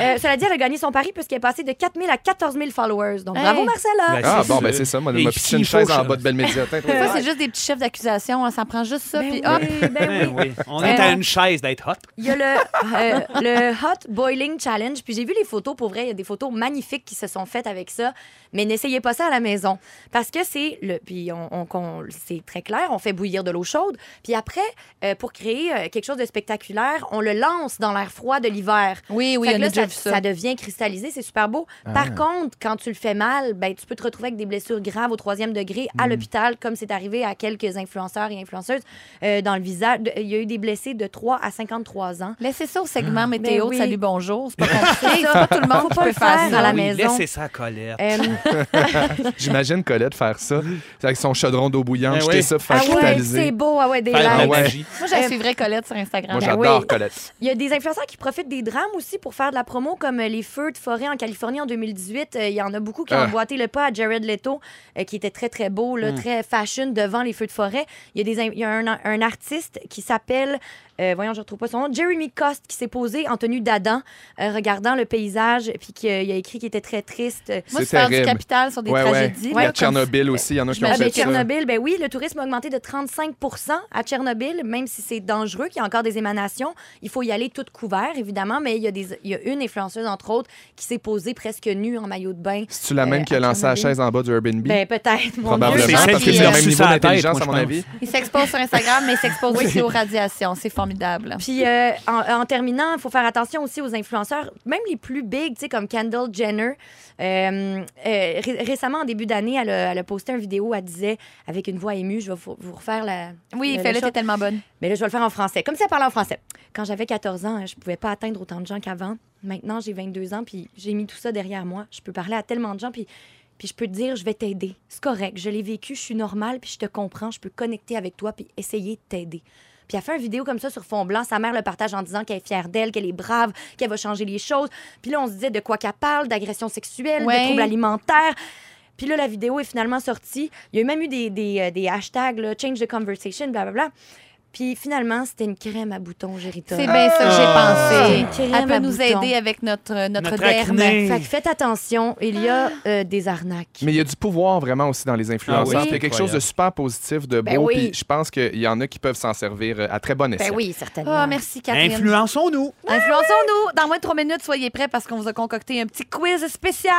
[SPEAKER 5] Euh, cela dit, elle a gagné son pari puisqu'elle est passée de 4 000 à 14 000 followers. Donc,
[SPEAKER 2] Hey.
[SPEAKER 5] bravo, Marcella!
[SPEAKER 3] Ben,
[SPEAKER 4] Ah,
[SPEAKER 3] c'est
[SPEAKER 4] bon,
[SPEAKER 3] sûr.
[SPEAKER 4] ben c'est ça, moi, de
[SPEAKER 3] Et
[SPEAKER 4] me
[SPEAKER 3] s'il
[SPEAKER 4] pitcher une
[SPEAKER 3] faut,
[SPEAKER 4] chaise en
[SPEAKER 3] ça-
[SPEAKER 4] bas de Belmédiatin.
[SPEAKER 2] Des fois, c'est juste des petits chefs d'accusation. hein, Ça prend juste ça, puis ah. hop.
[SPEAKER 5] oui, ben
[SPEAKER 3] Ben
[SPEAKER 5] oui.
[SPEAKER 3] oui. On est à une chaise d'être hot.
[SPEAKER 5] Il y a le, euh, le Hot Boiling Challenge. Puis j'ai vu les photos, pour vrai, il y a des photos magnifiques qui se sont faites avec ça. Mais n'essayez pas ça à la maison. Parce que c'est le. Puis on, on- qu'on- c'est très clair, on fait bouillir de l'eau chaude. Puis après, euh, pour créer euh, quelque chose de spectaculaire, on le lance dans l'air froid de l'hiver.
[SPEAKER 2] Oui, oui,
[SPEAKER 5] Fait que
[SPEAKER 2] on
[SPEAKER 5] là,
[SPEAKER 2] a déjà
[SPEAKER 5] ça,
[SPEAKER 2] vu ça. Ah.
[SPEAKER 5] ça devient cristallisé, c'est super beau. Par contre, quand tu le fais mal, ben, tu peux te retrouver avec des blessures graves au troisième degré à
[SPEAKER 2] Mm.
[SPEAKER 5] l'hôpital, comme c'est arrivé à quelques influenceurs et influenceuses euh, dans le visage. De- Il y a eu des blessés de 3 à 53 ans.
[SPEAKER 2] Laissez ça au segment météo.
[SPEAKER 5] Ben oui.
[SPEAKER 2] Salut, bonjour. C'est pas compliqué. C'est pas tout le
[SPEAKER 5] Faut
[SPEAKER 2] monde qui
[SPEAKER 5] pas
[SPEAKER 2] peut
[SPEAKER 5] le faire
[SPEAKER 2] faire
[SPEAKER 5] à la
[SPEAKER 2] ça.
[SPEAKER 5] maison.
[SPEAKER 3] Ah Laissez ça à colère.
[SPEAKER 5] Euh,
[SPEAKER 4] J'imagine Colette faire ça, avec son chaudron d'eau bouillante,
[SPEAKER 3] Ben
[SPEAKER 4] jeter
[SPEAKER 3] oui.
[SPEAKER 4] ça, faire
[SPEAKER 5] ah ouais,
[SPEAKER 4] cristalliser.
[SPEAKER 5] c'est beau, ah ouais, des
[SPEAKER 3] Faire de la
[SPEAKER 5] lives.
[SPEAKER 4] ouais.
[SPEAKER 3] magie.
[SPEAKER 2] Moi,
[SPEAKER 5] Eh,
[SPEAKER 2] je la suivrais Colette sur Instagram.
[SPEAKER 4] Moi,
[SPEAKER 5] Ben
[SPEAKER 4] j'adore
[SPEAKER 5] oui.
[SPEAKER 4] Colette.
[SPEAKER 5] Il y a des influenceurs qui profitent des drames aussi pour faire de la promo, comme euh, les feux de forêt en Californie en 2018. Euh, Il y en a beaucoup qui ont
[SPEAKER 4] Ah.
[SPEAKER 5] emboîté le pas à Jared Leto, euh, qui était très, très beau, là, très fashion devant les feux de forêt. Il y a, des, in- il y a un, un artiste qui s'appelle, euh, voyons, je retrouve pas son nom, Jeremy Cost, qui s'est posé en tenue d'Adam, euh, regardant le paysage, puis qui euh, il a écrit qu'il était très triste. euh,
[SPEAKER 2] Moi,
[SPEAKER 4] C'est
[SPEAKER 2] je parle du
[SPEAKER 4] terrible.
[SPEAKER 2] capital sur des
[SPEAKER 4] Ouais, ouais.
[SPEAKER 2] tragédies.
[SPEAKER 4] Il y
[SPEAKER 2] là,
[SPEAKER 4] a
[SPEAKER 2] comme-
[SPEAKER 4] Tchernobyl aussi, il y en a qui ont
[SPEAKER 2] J'imagine
[SPEAKER 4] fait
[SPEAKER 5] avec
[SPEAKER 4] ça.
[SPEAKER 5] Tchernobyl, Ah, ben oui, le tourisme a augmenté de 35 à Tchernobyl, même si c'est dangereux, qu'il y a encore des émanations. Il faut y aller tout couvert, évidemment, mais il y a, des, il y a une influenceuse, entre autres, qui s'est posée presque nue en maillot de bain.
[SPEAKER 4] C'est-tu la même
[SPEAKER 5] Euh,
[SPEAKER 4] qui a lancé la
[SPEAKER 5] Tchernobyl.
[SPEAKER 4] chaise en bas du Airbnb?
[SPEAKER 5] Ben peut-être, mon Dieu.
[SPEAKER 4] Probablement,
[SPEAKER 3] C'est celle
[SPEAKER 4] parce que
[SPEAKER 3] qui
[SPEAKER 4] c'est le
[SPEAKER 3] a
[SPEAKER 4] même
[SPEAKER 3] su
[SPEAKER 4] niveau
[SPEAKER 3] sa tête,
[SPEAKER 4] d'intelligence,
[SPEAKER 3] moi,
[SPEAKER 4] à mon
[SPEAKER 3] je pense.
[SPEAKER 4] avis.
[SPEAKER 2] Il s'expose sur Instagram, mais il s'expose aussi aux radiations. C'est formidable.
[SPEAKER 5] Puis euh, en, en terminant, il faut faire attention aussi aux influenceurs, même les plus big, tu sais, comme Kendall Jenner. Euh, euh, ré- récemment, en début d'année, elle a, elle a posté une vidéo, elle disait, avec une voix émue, je vais vous vous refaire la...
[SPEAKER 2] Oui,
[SPEAKER 5] le-
[SPEAKER 2] fais-le,
[SPEAKER 5] le
[SPEAKER 2] t'es tellement bonne.
[SPEAKER 5] Mais là, je vais le faire en français. Comme si elle parlait en français. Quand j'avais 14 ans, je pouvais pas atteindre autant de gens qu'avant. Maintenant, j'ai 22 ans, puis j'ai mis tout ça derrière moi. Je peux parler à tellement de gens, puis, puis je peux te dire, je vais t'aider. C'est correct, je l'ai vécu, je suis normale, puis je te comprends, je peux connecter avec toi, puis essayer de t'aider. Puis elle fait une vidéo comme ça sur fond blanc. Sa mère le partage en disant qu'elle est fière d'elle, qu'elle est brave, qu'elle va changer les choses. Puis là, on se disait de quoi qu'elle parle, d'agression sexuelle,
[SPEAKER 2] Ouais.
[SPEAKER 5] de troubles alimentaires. Puis là, la vidéo est finalement sortie. Il y a eu même eu des, des, euh, des hashtags, là, change the conversation, blablabla. Puis finalement, c'était une crème à boutons, Gérita.
[SPEAKER 2] C'est bien ça
[SPEAKER 4] Ah.
[SPEAKER 2] que j'ai
[SPEAKER 5] C'est une
[SPEAKER 2] pensé.
[SPEAKER 5] crème
[SPEAKER 2] Elle peut
[SPEAKER 5] à
[SPEAKER 2] nous
[SPEAKER 5] boutons.
[SPEAKER 2] aider avec notre, euh, notre,
[SPEAKER 3] Notre
[SPEAKER 2] derme.
[SPEAKER 3] acné.
[SPEAKER 5] Fait que faites attention, il y a euh, des arnaques.
[SPEAKER 4] Mais il y a du pouvoir vraiment aussi dans les
[SPEAKER 3] Ah
[SPEAKER 4] influenceurs.
[SPEAKER 3] oui.
[SPEAKER 4] Puis Il y a quelque chose de super positif, de beau.
[SPEAKER 5] Ben oui.
[SPEAKER 4] Puis je pense qu'il y en a qui peuvent s'en servir euh, à très bon escient.
[SPEAKER 5] Ben oui, certainement.
[SPEAKER 2] Oh, merci, Catherine.
[SPEAKER 3] Influençons-nous.
[SPEAKER 2] Influençons-nous. Dans moins de trois minutes, soyez prêts parce qu'on vous a concocté un petit quiz spécial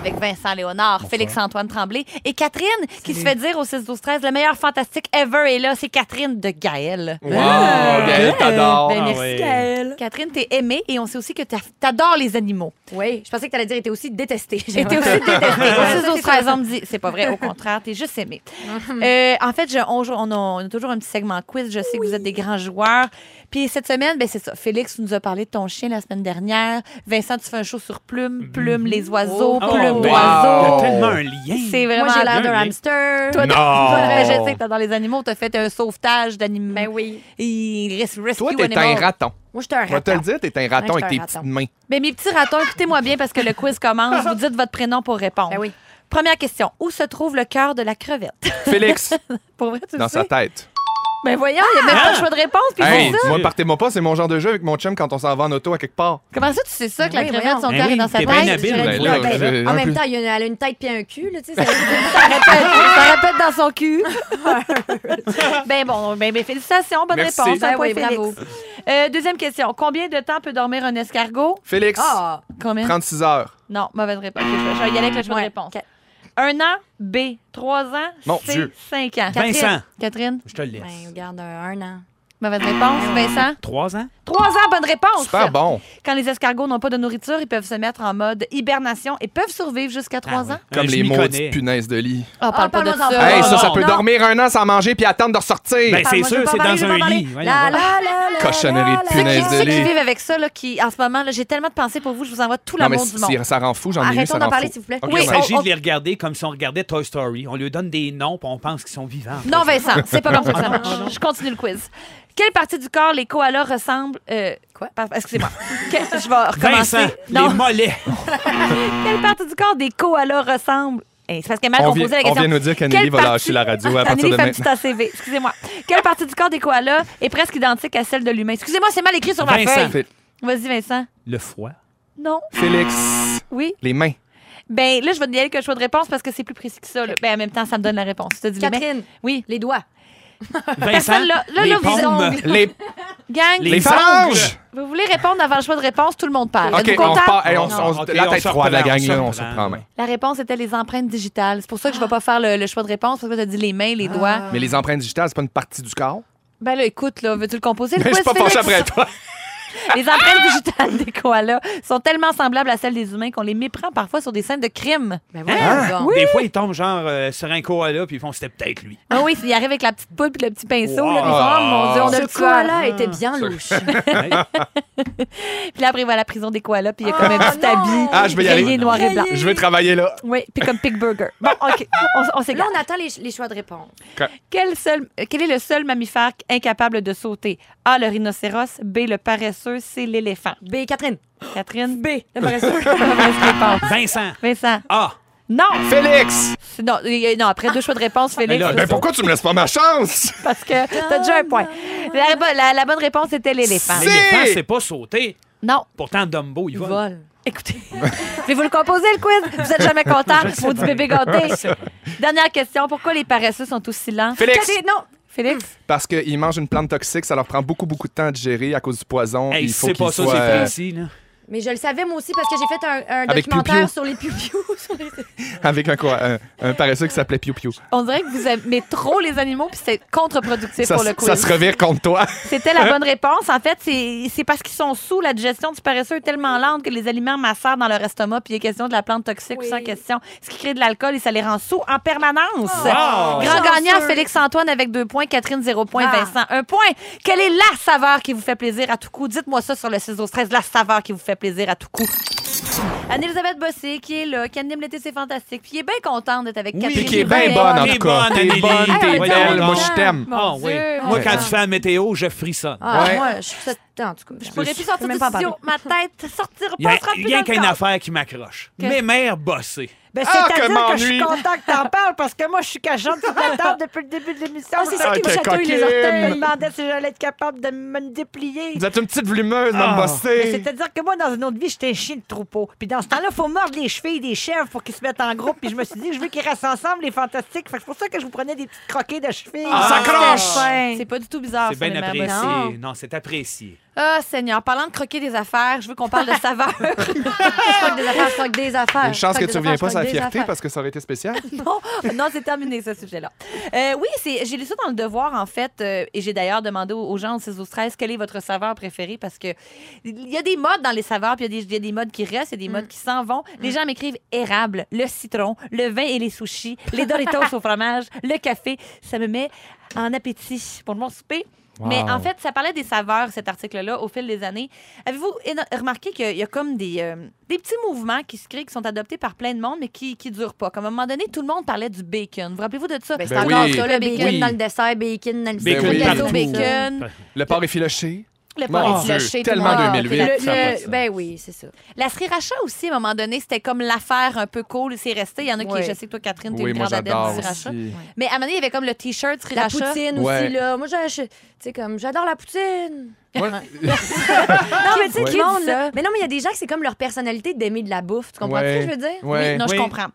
[SPEAKER 2] avec Vincent Léonard, Félix-Antoine Tremblay et Catherine qui se fait dire au 6-12-13 le meilleur fantastique ever est là. C'est Catherine de Gaël.
[SPEAKER 4] Wow, Gaëlle, t'adores.
[SPEAKER 5] Ah! Ben,
[SPEAKER 3] Ah
[SPEAKER 5] merci,
[SPEAKER 3] ouais.
[SPEAKER 5] Gaëlle.
[SPEAKER 2] Catherine, t'es aimée et on sait aussi que t'a- t'adores les animaux.
[SPEAKER 5] Oui, je pensais que t'allais dire était aussi détestée.
[SPEAKER 2] Et t'es aussi détestée. Au 6 12 13 on me dit, c'est pas vrai, au contraire, t'es juste aimée.
[SPEAKER 5] Mm-hmm.
[SPEAKER 2] Euh, en fait, je- on, joue- on a, on a toujours un petit segment quiz. Je sais que vous êtes des grands joueurs. Puis cette semaine, ben, c'est ça. Félix, tu nous as parlé de ton chien la semaine dernière. Vincent, tu fais un show sur Plume, Plume,
[SPEAKER 5] Mm-hmm.
[SPEAKER 2] les oiseaux,
[SPEAKER 3] Oh,
[SPEAKER 2] Plume d'oiseaux.
[SPEAKER 3] ben, Il y a tellement un lien.
[SPEAKER 2] C'est vraiment
[SPEAKER 5] Moi, j'ai
[SPEAKER 3] bien,
[SPEAKER 5] l'air d'un Oh.
[SPEAKER 3] bien.
[SPEAKER 5] hamster.
[SPEAKER 2] Toi, t'as-
[SPEAKER 4] Non.
[SPEAKER 2] Toi, ben, je sais que t'as dans les animaux, t'as fait un sauvetage d'animaux.
[SPEAKER 5] Ben oui.
[SPEAKER 2] Et res- rescue
[SPEAKER 4] Toi, t'es un
[SPEAKER 2] animal.
[SPEAKER 4] raton.
[SPEAKER 5] Moi, je suis un
[SPEAKER 4] Je vais te
[SPEAKER 5] raton.
[SPEAKER 4] le dire, t'es un raton
[SPEAKER 5] Ouais,
[SPEAKER 4] avec
[SPEAKER 5] je suis
[SPEAKER 4] tes
[SPEAKER 5] un
[SPEAKER 4] petites
[SPEAKER 5] raton.
[SPEAKER 4] mains.
[SPEAKER 2] Mais Ben, mes petits ratons, écoutez-moi bien parce que le quiz commence. Vous dites votre prénom pour répondre.
[SPEAKER 5] Ben oui.
[SPEAKER 2] Première question. Où se trouve le cœur de la crevette?
[SPEAKER 4] Félix,
[SPEAKER 2] Pour vrai, tu le
[SPEAKER 4] dans
[SPEAKER 2] sais?
[SPEAKER 4] sa tête.
[SPEAKER 2] Ben voyons, il n'y a même pas le choix de réponse. Puis
[SPEAKER 4] Hey,
[SPEAKER 2] c'est ça.
[SPEAKER 4] moi, partez-moi pas, c'est mon genre de jeu avec mon chum quand on s'en va en auto à quelque part.
[SPEAKER 2] Comment ça, tu sais ça, que la
[SPEAKER 5] Oui,
[SPEAKER 2] crevette, son
[SPEAKER 3] voyons.
[SPEAKER 2] cœur
[SPEAKER 3] Ben
[SPEAKER 2] est dans
[SPEAKER 3] oui,
[SPEAKER 2] sa
[SPEAKER 3] t'es
[SPEAKER 2] tête?
[SPEAKER 3] bien habile.
[SPEAKER 4] Ben
[SPEAKER 5] Ouais,
[SPEAKER 4] là,
[SPEAKER 5] ben,
[SPEAKER 4] j'ai
[SPEAKER 5] en
[SPEAKER 4] un
[SPEAKER 5] même
[SPEAKER 4] peu-
[SPEAKER 5] temps, il y a une, elle a une tête puis un cul, là, tu sais. ça-
[SPEAKER 2] Ça répète, ça répète dans son cul. ben bon, ben, ben, félicitations, bonne
[SPEAKER 4] Merci.
[SPEAKER 2] réponse. Un
[SPEAKER 5] Ben
[SPEAKER 2] point,
[SPEAKER 5] oui,
[SPEAKER 2] Félix.
[SPEAKER 5] bravo.
[SPEAKER 2] Euh, deuxième question. Combien de temps peut dormir un escargot?
[SPEAKER 4] Félix,
[SPEAKER 5] Ah!
[SPEAKER 2] Combien?
[SPEAKER 4] 36 heures.
[SPEAKER 2] Non, mauvaise réponse. Ok, je vais- je vais y aller avec le choix
[SPEAKER 5] Ouais.
[SPEAKER 2] de réponse.
[SPEAKER 5] Ca-
[SPEAKER 2] Un an, B. Trois ans,
[SPEAKER 4] Mon
[SPEAKER 2] C.
[SPEAKER 4] Dieu.
[SPEAKER 2] Cinq ans.
[SPEAKER 3] Vincent.
[SPEAKER 2] Catherine?
[SPEAKER 3] Je te le laisse.
[SPEAKER 5] Ben, regarde, un, un an.
[SPEAKER 2] Mauvaise réponse, Vincent.
[SPEAKER 3] Trois ans?
[SPEAKER 2] Trois ans, bonne réponse.
[SPEAKER 4] Super bon.
[SPEAKER 3] Euh,
[SPEAKER 2] Quand les escargots n'ont pas de nourriture, ils peuvent se mettre en mode hibernation et peuvent survivre jusqu'à trois ans.
[SPEAKER 3] Euh,
[SPEAKER 4] Comme
[SPEAKER 3] je
[SPEAKER 4] les
[SPEAKER 3] m'y connais.
[SPEAKER 4] maudites punaises de lit.
[SPEAKER 2] Ah, parle pas de
[SPEAKER 5] parle-moi-en
[SPEAKER 2] ça.
[SPEAKER 5] pas.
[SPEAKER 4] hey, ça, ça
[SPEAKER 3] non,
[SPEAKER 4] peut
[SPEAKER 5] non.
[SPEAKER 4] dormir un an sans manger puis attendre de ressortir.
[SPEAKER 3] Ben, c'est sûr, c'est dans un lit. Voyons
[SPEAKER 5] La, la,
[SPEAKER 3] donc.
[SPEAKER 5] la, la,
[SPEAKER 4] Cochonnerie de
[SPEAKER 5] la, la.
[SPEAKER 2] Ceux qui,
[SPEAKER 4] Punaise de
[SPEAKER 2] ceux qui
[SPEAKER 4] lit.
[SPEAKER 2] vivent avec ça, là, qui, en ce moment, là, j'ai tellement de pensées pour vous, je vous envoie tout
[SPEAKER 4] non, mais
[SPEAKER 2] l'amour du monde.
[SPEAKER 4] si- ça rend fou, j'en ai eu,
[SPEAKER 5] Arrêtons
[SPEAKER 4] ça
[SPEAKER 5] d'en
[SPEAKER 4] rend
[SPEAKER 5] parler,
[SPEAKER 4] fou.
[SPEAKER 5] s'il vous plaît.
[SPEAKER 4] Ok,
[SPEAKER 3] Il
[SPEAKER 2] Oui,
[SPEAKER 4] ben,
[SPEAKER 3] s'agit
[SPEAKER 2] on-
[SPEAKER 3] de les regarder comme si on regardait Toy Story. On lui donne des noms, puis on pense qu'ils sont vivants.
[SPEAKER 2] Non, Vincent, c'est pas comme ça que ça marche. Je continue le quiz. Quelle partie du corps les koalas ressemblent. euh,
[SPEAKER 5] Quoi?
[SPEAKER 2] par- Excusez-moi. Que- je vais recommencer.
[SPEAKER 3] Vincent,
[SPEAKER 2] non.
[SPEAKER 3] les mollets.
[SPEAKER 2] Quelle partie du corps des koalas ressemble. Hey, c'est parce qu'elle m'a
[SPEAKER 4] on,
[SPEAKER 2] posé
[SPEAKER 4] vient,
[SPEAKER 2] la
[SPEAKER 4] on
[SPEAKER 2] question.
[SPEAKER 4] vient nous dire qu'Anneli
[SPEAKER 2] Quelle
[SPEAKER 4] va
[SPEAKER 2] partie-
[SPEAKER 4] lâcher la radio à partir
[SPEAKER 2] Anneli
[SPEAKER 4] de
[SPEAKER 2] fait un petit
[SPEAKER 4] maintenant.
[SPEAKER 2] ACV. Excusez-moi. Quelle partie du corps des koalas est presque identique à celle de l'humain? Excusez-moi, c'est mal écrit sur ma
[SPEAKER 3] Vincent.
[SPEAKER 2] feuille.
[SPEAKER 4] Fé-
[SPEAKER 2] Vas-y, Vincent.
[SPEAKER 3] Le foie.
[SPEAKER 2] Non.
[SPEAKER 4] Félix,
[SPEAKER 2] Oui.
[SPEAKER 4] les mains.
[SPEAKER 2] Ben là, je vais te donner que choix de réponse parce que c'est plus précis que ça. là. Ben en même temps, ça me donne la réponse. Tu te dis les mains?
[SPEAKER 5] Catherine,
[SPEAKER 2] Oui.
[SPEAKER 5] les doigts.
[SPEAKER 3] Vincent,
[SPEAKER 2] là, là,
[SPEAKER 3] les
[SPEAKER 2] là, vous-
[SPEAKER 3] pommes.
[SPEAKER 4] Les,
[SPEAKER 2] Gang,
[SPEAKER 3] Les
[SPEAKER 4] les
[SPEAKER 3] phalanges.
[SPEAKER 4] phalanges!
[SPEAKER 2] vous voulez répondre avant le choix de réponse? Tout Ah, le monde parle.
[SPEAKER 4] OK,
[SPEAKER 2] Êtes-vous
[SPEAKER 4] on
[SPEAKER 2] content?
[SPEAKER 4] repart. Hey, on- on-
[SPEAKER 3] Non, OK,
[SPEAKER 4] la
[SPEAKER 3] on
[SPEAKER 4] tête
[SPEAKER 3] se
[SPEAKER 4] froide, la
[SPEAKER 3] reprend,
[SPEAKER 4] gang,
[SPEAKER 3] on se
[SPEAKER 4] là, on se
[SPEAKER 3] reprend.
[SPEAKER 4] prend en main.
[SPEAKER 2] La réponse était les empreintes digitales. C'est pour ça que je ne vais pas faire le, le choix de réponse, parce que tu as dit les mains, les doigts.
[SPEAKER 5] Ah.
[SPEAKER 4] Mais les empreintes digitales, c'est pas une partie du corps.
[SPEAKER 2] Ben là, écoute, là, veux-tu le composer? Le
[SPEAKER 4] Mais Ben, je suis
[SPEAKER 2] quiz,
[SPEAKER 4] pas penché
[SPEAKER 2] Félix?
[SPEAKER 4] après toi.
[SPEAKER 2] Les empreintes digitales des koalas sont tellement semblables à celles des humains qu'on les méprend parfois sur des scènes de crime.
[SPEAKER 5] Ben voilà. donc.
[SPEAKER 3] Des fois, ils tombent genre euh, sur un koala, puis ils font c'était peut-être lui.
[SPEAKER 2] Ah oui, il arrive avec la petite poule puis le petit pinceau.
[SPEAKER 3] Wow.
[SPEAKER 2] Là, puis ils font, oh mon Dieu, on a le
[SPEAKER 5] Ce
[SPEAKER 2] koala.
[SPEAKER 5] koala était bien louche.
[SPEAKER 3] Ouais.
[SPEAKER 2] Puis là, après, il va à la prison des koalas puis il y a
[SPEAKER 5] Oh
[SPEAKER 2] comme un petit
[SPEAKER 5] non.
[SPEAKER 2] habit.
[SPEAKER 4] Ah, je vais y
[SPEAKER 2] rayé
[SPEAKER 4] aller.
[SPEAKER 2] noir et blanc.
[SPEAKER 4] Je vais travailler là.
[SPEAKER 2] Oui, puis comme Pig Burger. Bon, OK, on, on
[SPEAKER 5] Là,
[SPEAKER 2] s'égare.
[SPEAKER 5] on attend les, les choix de réponse.
[SPEAKER 2] Quel, seul- euh, quel est le seul mammifère incapable de sauter? A, le rhinocéros. B, le paresseux. C, l'éléphant.
[SPEAKER 5] B, Catherine.
[SPEAKER 2] Catherine.
[SPEAKER 5] B, le paresseux.
[SPEAKER 2] Mauvaise réponse.
[SPEAKER 3] Vincent.
[SPEAKER 2] Vincent.
[SPEAKER 3] Ah,
[SPEAKER 2] Non!
[SPEAKER 4] Félix!
[SPEAKER 2] Non, euh, non, après deux choix de réponse, Félix,
[SPEAKER 3] là,
[SPEAKER 2] c'est
[SPEAKER 4] Mais
[SPEAKER 3] ben,
[SPEAKER 2] ça,
[SPEAKER 4] pourquoi tu me laisses pas ma chance?
[SPEAKER 2] parce que t'as déjà un point. La, bo- la- la bonne réponse était l'éléphant.
[SPEAKER 4] C'est-
[SPEAKER 3] l'éléphant, c'est pas sauter.
[SPEAKER 2] Non.
[SPEAKER 3] Pourtant, Dumbo, il va.
[SPEAKER 5] Vol.
[SPEAKER 2] Écoutez, voulez-vous le composer, le quiz? Vous êtes jamais content, maudit bébé gâté. Dernière question, pourquoi les paresseux sont aussi lents?
[SPEAKER 4] Félix!
[SPEAKER 5] Catherine, non.
[SPEAKER 2] Félix?
[SPEAKER 4] Parce qu'ils mangent une plante toxique, ça leur prend beaucoup, beaucoup de temps à digérer à cause du poison.
[SPEAKER 3] Hey,
[SPEAKER 4] il
[SPEAKER 3] si
[SPEAKER 4] faut
[SPEAKER 3] c'est
[SPEAKER 4] qu'ils
[SPEAKER 3] pas ça,
[SPEAKER 4] soient,
[SPEAKER 3] c'est
[SPEAKER 4] euh,
[SPEAKER 3] précis. Là.
[SPEAKER 5] Mais je le savais, moi aussi, parce que j'ai fait un, un
[SPEAKER 4] Avec
[SPEAKER 5] documentaire
[SPEAKER 4] Piu-Piu.
[SPEAKER 5] sur les pupious. sur les-
[SPEAKER 4] avec un, quoi, un, un paresseux qui s'appelait Piu Piu.
[SPEAKER 2] On dirait que vous aimez trop les animaux, puis c'est contre-productif
[SPEAKER 4] Ça,
[SPEAKER 2] pour le
[SPEAKER 4] ça
[SPEAKER 2] quiz.
[SPEAKER 4] se revire contre toi.
[SPEAKER 2] C'était la bonne réponse. En fait, c'est c'est parce qu'ils sont sous. La digestion du paresseux est tellement lente que les aliments massèrent dans leur estomac, puis il est question de la plante toxique
[SPEAKER 5] Oui.
[SPEAKER 2] sans question. Ce qui crée de l'alcool et ça les rend sous en permanence.
[SPEAKER 3] Wow!
[SPEAKER 2] Grand
[SPEAKER 5] Chanceux.
[SPEAKER 2] gagnant, Félix-Antoine avec deux points, Catherine zéro point,
[SPEAKER 5] Ah.
[SPEAKER 2] Vincent un point. Quelle est la saveur qui vous fait plaisir à tout coup? Dites-moi ça sur le 6 au 13, la saveur qui vous fait plaisir à tout coup. Anne-Elisabeth Bossé, qui est là, qui anime l'été, c'est fantastique, puis qui est bien contente d'être avec Catherine.
[SPEAKER 4] Puis qui est
[SPEAKER 2] Brunet.
[SPEAKER 4] bien bonne, en
[SPEAKER 3] T'es
[SPEAKER 4] tout cas.
[SPEAKER 3] bonne,
[SPEAKER 4] T'es
[SPEAKER 3] Amélie.
[SPEAKER 4] bonne,
[SPEAKER 5] Hey,
[SPEAKER 4] t'es
[SPEAKER 5] on est
[SPEAKER 4] belle.
[SPEAKER 5] bien
[SPEAKER 4] Moi,
[SPEAKER 5] content.
[SPEAKER 4] je t'aime.
[SPEAKER 2] Mon
[SPEAKER 3] Ah
[SPEAKER 2] Dieu,
[SPEAKER 3] oui.
[SPEAKER 2] mon
[SPEAKER 3] Moi,
[SPEAKER 2] Dieu.
[SPEAKER 3] quand tu fais la météo, je frissonne.
[SPEAKER 5] Ah,
[SPEAKER 4] Ouais.
[SPEAKER 5] moi, je suis ça dedans, en tout cas.
[SPEAKER 2] Je pourrais plus sortir
[SPEAKER 5] peux
[SPEAKER 2] du
[SPEAKER 5] même pas en
[SPEAKER 2] studio. Ma tête sortira
[SPEAKER 3] Il y a
[SPEAKER 2] pas, sera plus
[SPEAKER 3] rien
[SPEAKER 2] dans le
[SPEAKER 3] qu'une
[SPEAKER 2] corps.
[SPEAKER 3] affaire qui m'accroche.
[SPEAKER 2] Que-
[SPEAKER 3] Mes mères bossées.
[SPEAKER 6] Ben,
[SPEAKER 4] Ah,
[SPEAKER 6] c'est-à-dire
[SPEAKER 4] que
[SPEAKER 6] que, je suis
[SPEAKER 4] m'ennuie.
[SPEAKER 6] contente que t'en parles parce que moi, je suis cachante sur la table depuis le début de l'émission.
[SPEAKER 5] Ah, c'est ça qui me
[SPEAKER 4] Ok,
[SPEAKER 5] chatouille les
[SPEAKER 4] coquine.
[SPEAKER 6] Je me
[SPEAKER 5] orteils.
[SPEAKER 6] demandais si j'allais être capable de me déplier.
[SPEAKER 4] Vous êtes une petite vlumeuse,
[SPEAKER 3] Ah.
[SPEAKER 4] Mme
[SPEAKER 6] Mais
[SPEAKER 4] Bossé.
[SPEAKER 6] C'est-à-dire que moi, dans une autre vie, j'étais un chien de troupeau. Puis dans ce temps-là, faut mordre les chevilles des chèvres pour qu'ils se mettent en groupe. Puis je me suis dit, je veux qu'ils restent ensemble, les fantastiques. Fait que c'est pour ça que je vous prenais des petites croquettes de chevilles.
[SPEAKER 4] Ah, ça croche.
[SPEAKER 2] C'est pas du tout bizarre.
[SPEAKER 3] C'est
[SPEAKER 2] Ah, ça,
[SPEAKER 3] bien
[SPEAKER 2] les mères
[SPEAKER 3] apprécié.
[SPEAKER 2] bossées.
[SPEAKER 3] Non, c'est apprécié.
[SPEAKER 2] Ah, Seigneur, parlant de croquer des affaires, je veux qu'on parle de saveur.
[SPEAKER 5] Je crois que des affaires, je crois que des affaires.
[SPEAKER 4] Une chance
[SPEAKER 5] Je
[SPEAKER 4] que tu
[SPEAKER 5] crois
[SPEAKER 4] reviens
[SPEAKER 5] des affaires,
[SPEAKER 4] pas
[SPEAKER 5] je
[SPEAKER 4] sur
[SPEAKER 5] crois
[SPEAKER 4] la
[SPEAKER 5] que des
[SPEAKER 4] fierté
[SPEAKER 5] affaires.
[SPEAKER 4] parce que ça aurait été spécial.
[SPEAKER 2] non, non c'est terminé, ce sujet-là. Euh, oui, c'est, j'ai lu ça dans le devoir, en fait, euh, et j'ai d'ailleurs demandé aux, aux gens de 16 au 13 quelle est votre saveur préférée, parce que il y a des modes dans les saveurs, puis il y, a des- il y a des modes qui restent,
[SPEAKER 4] Mm.
[SPEAKER 2] il y a des modes qui s'en vont. Les gens m'écrivent érable, le citron, le vin et les sushis, les Doritos au fromage, le café. Ça me met en appétit pour mon souper. Mais
[SPEAKER 4] Wow.
[SPEAKER 2] en fait, ça parlait des saveurs, cet article-là, au fil des années. Avez-vous éno- remarqué qu'il y a comme des, euh, des petits mouvements qui se créent, qui sont adoptés par plein de monde, mais qui ne durent pas? Comme à un moment donné, tout le monde parlait du bacon. Vous rappelez-vous de ça?
[SPEAKER 5] Ben, c'est
[SPEAKER 4] Ben
[SPEAKER 5] encore
[SPEAKER 4] oui.
[SPEAKER 5] ça, le bacon
[SPEAKER 3] Oui.
[SPEAKER 5] dans le dessert, bacon dans le
[SPEAKER 4] Bacon
[SPEAKER 5] le
[SPEAKER 4] partout.
[SPEAKER 5] gâteau bacon.
[SPEAKER 2] bacon,
[SPEAKER 4] Le porc effiloché.
[SPEAKER 2] le
[SPEAKER 4] Mon
[SPEAKER 2] porc
[SPEAKER 4] Dieu,
[SPEAKER 2] effiloché, tout le
[SPEAKER 4] tellement
[SPEAKER 2] monde.
[SPEAKER 5] Ah,
[SPEAKER 4] 2008.
[SPEAKER 5] le-
[SPEAKER 4] ça a pas
[SPEAKER 5] le-
[SPEAKER 4] de sens.
[SPEAKER 5] ben oui, c'est ça.
[SPEAKER 2] La sriracha aussi, à un moment donné, c'était comme l'affaire un peu cool. C'est resté. Il y en a qui,
[SPEAKER 5] Ouais.
[SPEAKER 2] je sais que toi, Catherine, t'es
[SPEAKER 4] Oui,
[SPEAKER 2] une
[SPEAKER 4] moi
[SPEAKER 2] grande adepte du
[SPEAKER 4] j'adore
[SPEAKER 2] sriracha.
[SPEAKER 4] aussi.
[SPEAKER 2] Mais à un moment donné, il y avait comme le T-shirt
[SPEAKER 5] La
[SPEAKER 2] sriracha.
[SPEAKER 5] poutine
[SPEAKER 4] Ouais.
[SPEAKER 5] aussi, là. Moi, je- je- tu sais, comme, j'adore la poutine.
[SPEAKER 4] Moi-
[SPEAKER 5] Non, mais tu sais,
[SPEAKER 2] Ouais.
[SPEAKER 5] tout le monde,
[SPEAKER 2] Qui dit ça?
[SPEAKER 5] là. Mais non, mais il y a des gens que c'est comme leur personnalité d'aimer de la bouffe. Tu comprends ce
[SPEAKER 4] Ouais.
[SPEAKER 5] que je veux dire?
[SPEAKER 4] Ouais.
[SPEAKER 2] Oui, non, je
[SPEAKER 3] Oui.
[SPEAKER 2] comprends.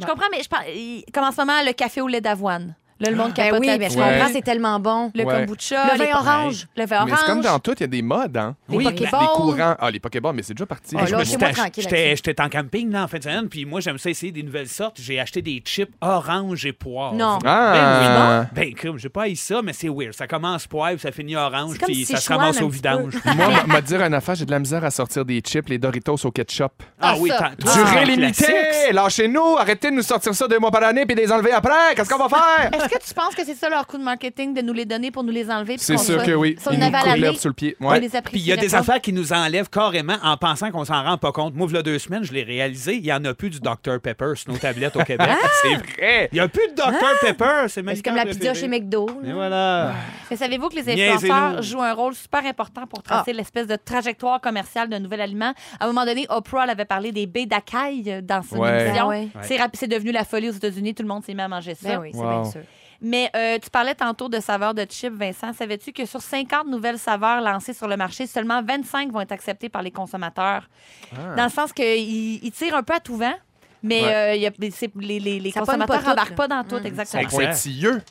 [SPEAKER 2] Je comprends, mais je parle, il- comme en ce moment, le café au lait d'avoine. Là, le monde
[SPEAKER 5] Ben
[SPEAKER 2] capote
[SPEAKER 5] oui, mais
[SPEAKER 2] là-dessus.
[SPEAKER 5] je
[SPEAKER 4] Ouais.
[SPEAKER 5] comprends, c'est tellement bon.
[SPEAKER 2] Le
[SPEAKER 4] Ouais.
[SPEAKER 2] kombucha,
[SPEAKER 5] Le vin
[SPEAKER 2] les-
[SPEAKER 5] orange.
[SPEAKER 2] le vin
[SPEAKER 4] Mais c'est comme
[SPEAKER 2] orange.
[SPEAKER 4] dans tout, il y a des modes, hein?
[SPEAKER 2] Les
[SPEAKER 3] Oui,
[SPEAKER 4] Des
[SPEAKER 5] Pokéballs.
[SPEAKER 4] courants. Ah, les Pokéballs, mais c'est déjà parti.
[SPEAKER 5] Ah,
[SPEAKER 3] Je
[SPEAKER 5] là,
[SPEAKER 3] me
[SPEAKER 5] chez
[SPEAKER 3] suis
[SPEAKER 5] moi,
[SPEAKER 3] ach-
[SPEAKER 5] tranquille
[SPEAKER 3] J'étais
[SPEAKER 5] là-dessus.
[SPEAKER 3] j'étais en camping là, en fin de semaine, puis moi, j'aime ça essayer des nouvelles sortes. J'ai acheté des chips orange et poivre.
[SPEAKER 5] Non.
[SPEAKER 4] Ah.
[SPEAKER 3] Ben, oui. ben crime, j'ai pas haï ça, mais c'est weird. Ça commence poivre, ça finit orange,
[SPEAKER 5] C'est comme
[SPEAKER 3] puis
[SPEAKER 5] si
[SPEAKER 3] ça se
[SPEAKER 5] Sichuan
[SPEAKER 3] ramasse
[SPEAKER 5] un
[SPEAKER 3] au
[SPEAKER 5] petit
[SPEAKER 3] vidange.
[SPEAKER 4] Moi, m- m'a dire une affaire, j'ai de la misère à sortir des chips, les Doritos au ketchup.
[SPEAKER 3] Ah oui,
[SPEAKER 2] ça.
[SPEAKER 3] t'as-
[SPEAKER 4] Durée
[SPEAKER 3] un
[SPEAKER 4] limitée!
[SPEAKER 3] classique.
[SPEAKER 4] Lâchez-nous! Arrêtez de nous sortir ça deux mois par année puis de les enlever après! Qu'est-ce qu'on va faire?
[SPEAKER 2] Est-ce que tu penses que c'est ça leur coup de marketing de nous les donner pour nous les enlever? puis
[SPEAKER 4] C'est
[SPEAKER 2] qu'on
[SPEAKER 4] sûr
[SPEAKER 2] soit-
[SPEAKER 4] que oui.
[SPEAKER 2] Si on
[SPEAKER 4] Ils
[SPEAKER 2] avait
[SPEAKER 4] nous
[SPEAKER 2] à la
[SPEAKER 4] coulèrent
[SPEAKER 2] lait,
[SPEAKER 4] sur le pied.
[SPEAKER 2] on
[SPEAKER 4] Ouais.
[SPEAKER 2] les apprécierait
[SPEAKER 3] Puis il y a des
[SPEAKER 2] pas.
[SPEAKER 3] affaires qui nous enlèvent carrément en pensant qu'on s'en rend pas compte. Moi, il y a deux semaines, je l'ai réalisé, il y en a plus du Dr Pepper sur nos tablettes au Québec. C'est vrai.
[SPEAKER 4] Hey!
[SPEAKER 3] Il y a plus de Dr Pepper, c'est ma
[SPEAKER 5] Ah! Ben, C'est comme la pizza chez McDo. là.
[SPEAKER 3] Mais voilà.
[SPEAKER 2] Mais savez-vous que les
[SPEAKER 3] Niaisez-nous.
[SPEAKER 2] influenceurs jouent un rôle super important pour
[SPEAKER 4] Ah.
[SPEAKER 2] tracer l'espèce de trajectoire commerciale d'un nouvel aliment? À un moment donné, Oprah elle avait parlé des baies d'acaille dans son
[SPEAKER 4] Ouais.
[SPEAKER 2] émission.
[SPEAKER 5] Ah ouais.
[SPEAKER 2] C'est rap- C'est devenu la folie aux États-Unis. Tout le monde s'est mis à manger ça.
[SPEAKER 5] Ben oui, c'est
[SPEAKER 4] Wow.
[SPEAKER 5] bien sûr.
[SPEAKER 2] Mais euh, tu parlais tantôt de saveurs de chips, Vincent. Savais-tu que sur 50 nouvelles saveurs lancées sur le marché, seulement 25 vont être acceptées par les consommateurs? Dans le sens qu'ils ils tirent un peu à tout vent, mais
[SPEAKER 4] Ah. Ouais.
[SPEAKER 2] euh, il y a- c'est- les, les- les
[SPEAKER 5] Ça pogne pas Mm.
[SPEAKER 2] consommateurs
[SPEAKER 5] toutes,
[SPEAKER 2] n'embarquent
[SPEAKER 5] là.
[SPEAKER 2] pas dans tout, exactement.
[SPEAKER 4] Ils sont pointilleux.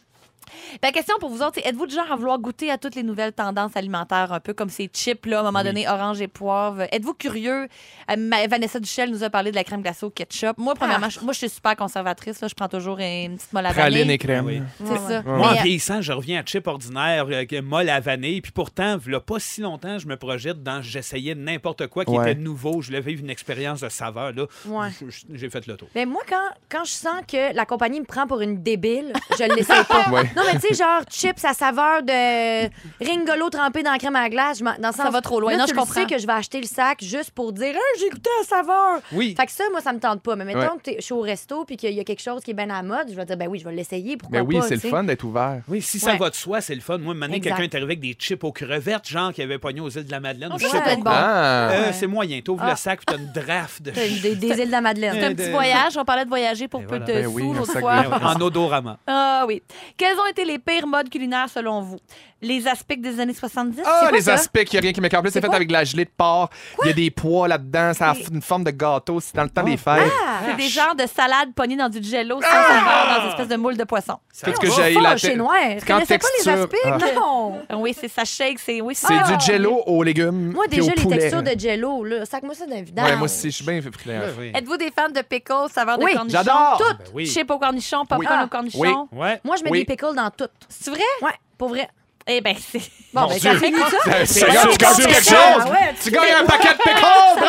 [SPEAKER 2] La question pour vous autres, c'est êtes-vous du genre à vouloir goûter à toutes les nouvelles tendances alimentaires, un peu comme ces chips, là, à un moment donné, orange et poivre? Êtes-vous curieux? Euh, ma- Vanessa Duchel nous a parlé de la crème glacée au ketchup. Moi, premièrement,
[SPEAKER 5] Ah.
[SPEAKER 2] je- moi, je suis super conservatrice. Là, je prends toujours une petite
[SPEAKER 5] ben
[SPEAKER 2] molle à
[SPEAKER 4] Praline
[SPEAKER 2] vanille.
[SPEAKER 4] et
[SPEAKER 5] Ah
[SPEAKER 4] crème.
[SPEAKER 3] Oui.
[SPEAKER 2] C'est ça.
[SPEAKER 3] Moi, en
[SPEAKER 2] Mais, euh,
[SPEAKER 3] vieillissant, je reviens à chip ordinaire, euh, que- molle à vanille. Puis pourtant, il pas si longtemps, je me projette dans j'essayais n'importe quoi qui
[SPEAKER 4] Ouais.
[SPEAKER 3] était nouveau. Je voulais vivre une expérience de saveur. Là.
[SPEAKER 5] Ouais.
[SPEAKER 3] Je- J'ai fait le tour.
[SPEAKER 5] Mais Ben, moi, quand, quand je sens que la compagnie me prend pour une débile, je ne l'essaie pas.
[SPEAKER 4] Ouais.
[SPEAKER 5] Non, mais tu sais, genre chips à saveur de Ringolo trempé dans la crème à glace, je m'en- dans le sens-
[SPEAKER 2] va trop loin.
[SPEAKER 5] Là,
[SPEAKER 2] Non,
[SPEAKER 5] tu
[SPEAKER 2] je
[SPEAKER 5] le
[SPEAKER 2] comprends.
[SPEAKER 5] sais que je vais acheter le sac juste pour dire Ah, j'ai goûté à saveur.
[SPEAKER 3] Oui.
[SPEAKER 5] Fait que ça, moi, ça me tente pas. Mais mettons
[SPEAKER 4] Ouais.
[SPEAKER 5] que t'es- je suis au resto puis qu'il y a quelque chose qui est bien à la mode, je vais dire ben oui, je vais l'essayer. Pourquoi
[SPEAKER 4] Ben oui,
[SPEAKER 5] pas,
[SPEAKER 4] c'est
[SPEAKER 5] tu
[SPEAKER 4] le
[SPEAKER 5] sais.
[SPEAKER 4] fun d'être ouvert.
[SPEAKER 3] Oui, si ça
[SPEAKER 5] Ouais.
[SPEAKER 3] va de soi, c'est le fun. Moi, un moment donné,
[SPEAKER 5] Exact. Oh,
[SPEAKER 3] quelqu'un est arrivé avec des chips aux crevettes, genre qui avait pogné aux îles de la Madeleine.
[SPEAKER 2] Ok,
[SPEAKER 3] Je sais
[SPEAKER 5] ça
[SPEAKER 3] pas.
[SPEAKER 5] peut être bon.
[SPEAKER 4] Ah!
[SPEAKER 3] Euh, C'est moyen. T'ouvres le sac, puis t'as une draft de
[SPEAKER 5] T'as une- Des, des îles de la
[SPEAKER 2] C'est un
[SPEAKER 5] Madeleine.
[SPEAKER 2] petit
[SPEAKER 3] de-
[SPEAKER 2] voyage. On parlait de voyager pour
[SPEAKER 3] Et
[SPEAKER 2] peu
[SPEAKER 3] voilà.
[SPEAKER 2] de
[SPEAKER 4] Ben
[SPEAKER 2] sous
[SPEAKER 4] oui, un sac de
[SPEAKER 3] Ouais,
[SPEAKER 2] l'autoir.
[SPEAKER 3] ouais, en odorama.
[SPEAKER 2] Ah oui. Quels ont été les pires modes culinaires selon vous? Les aspects des années 70?
[SPEAKER 4] Ah,
[SPEAKER 2] C'est quoi
[SPEAKER 4] les
[SPEAKER 2] ça?
[SPEAKER 4] aspects, il n'y a rien qui m'écarte. En plus, c'est fait
[SPEAKER 2] quoi?
[SPEAKER 4] avec de la gelée de porc. Il y a des pois là-dedans. Ça a une forme de gâteau. C'est dans le temps des
[SPEAKER 5] Ah!
[SPEAKER 4] fêtes.
[SPEAKER 2] C'est des genres de salades pognées dans du jello sans saveur,
[SPEAKER 4] Ah!
[SPEAKER 2] dans une espèce de moule de poisson.
[SPEAKER 4] Tout ce
[SPEAKER 3] va.
[SPEAKER 4] que j'ai la
[SPEAKER 5] chez
[SPEAKER 4] tête.
[SPEAKER 5] Noir. Je
[SPEAKER 4] Quand
[SPEAKER 5] connaissais
[SPEAKER 4] texture-
[SPEAKER 5] pas les aspects. Non.
[SPEAKER 2] Ah Oui, c'est ça shake, c'est oui, c'est-
[SPEAKER 4] C'est
[SPEAKER 2] Ah!
[SPEAKER 4] du jello aux légumes.
[SPEAKER 5] Moi,
[SPEAKER 4] puis
[SPEAKER 5] déjà,
[SPEAKER 4] au
[SPEAKER 5] les
[SPEAKER 4] poulet. hein.
[SPEAKER 5] textures de jello, là, sac-moi ça d'un vidange.
[SPEAKER 4] Ouais, moi aussi, je suis bien friand.
[SPEAKER 3] Oui.
[SPEAKER 2] Êtes-vous des fans de pickles, saveur de
[SPEAKER 5] Oui,
[SPEAKER 2] cornichon?
[SPEAKER 4] j'adore! Ah
[SPEAKER 2] Toutes!
[SPEAKER 3] Ben oui.
[SPEAKER 2] Chips au cornichon, popcorn
[SPEAKER 5] Ah,
[SPEAKER 2] au cornichon.
[SPEAKER 4] oui.
[SPEAKER 3] Ouais.
[SPEAKER 5] Moi, je mets
[SPEAKER 4] Oui.
[SPEAKER 5] des pickles dans tout.
[SPEAKER 2] C'est vrai?
[SPEAKER 5] Ouais, pour vrai.
[SPEAKER 2] Eh bien, c'est...
[SPEAKER 5] Bon, ben, ça fait quoi, ça?
[SPEAKER 4] Euh,
[SPEAKER 3] C'est
[SPEAKER 4] Seigneur,
[SPEAKER 3] sûr,
[SPEAKER 4] tu gagnes
[SPEAKER 3] sûr,
[SPEAKER 4] quelque
[SPEAKER 3] sûr.
[SPEAKER 4] chose!
[SPEAKER 5] Ah ouais, Ah,
[SPEAKER 4] Tu gagnes un paquet de pickles!
[SPEAKER 2] Ça ne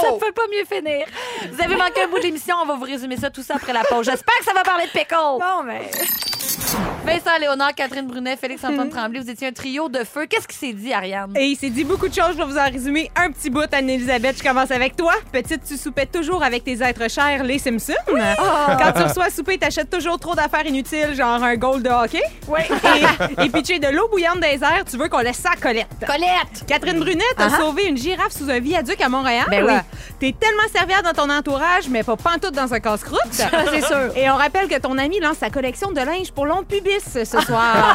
[SPEAKER 4] Bravo!
[SPEAKER 2] peut pas mieux finir. Vous avez manqué un bout de l'émission, on va vous résumer ça tout ça après la pause. J'espère que ça va parler de pickles.
[SPEAKER 5] Bon, mais.
[SPEAKER 2] Vincent Léonard, Catherine Brunet, Félix-Antoine Tremblay, vous étiez un trio de feu. Qu'est-ce qui s'est dit, Ariane?
[SPEAKER 7] Et il s'est dit beaucoup de choses. Je vais vous en résumer un petit bout. Anne-Elisabeth, je commence avec toi. Petite, tu soupais toujours avec tes êtres chers, les Simpsons. Ah. Quand tu reçois à souper, t'achètes toujours trop d'affaires inutiles, genre un goal de hockey. Oui. Et, et pitcher de l'eau bouillante des airs, tu veux qu'on laisse ça à Colette.
[SPEAKER 2] Colette!
[SPEAKER 7] Catherine Brunet a sauvé une girafe sous un viaduc à Montréal.
[SPEAKER 5] Ben oui.
[SPEAKER 7] T'es tellement serviable dans ton entourage, mais pas pantoute dans un casse-croûte. c'est sûr. Et on rappelle que ton ami lance sa collection de linge pour long pubis ce soir.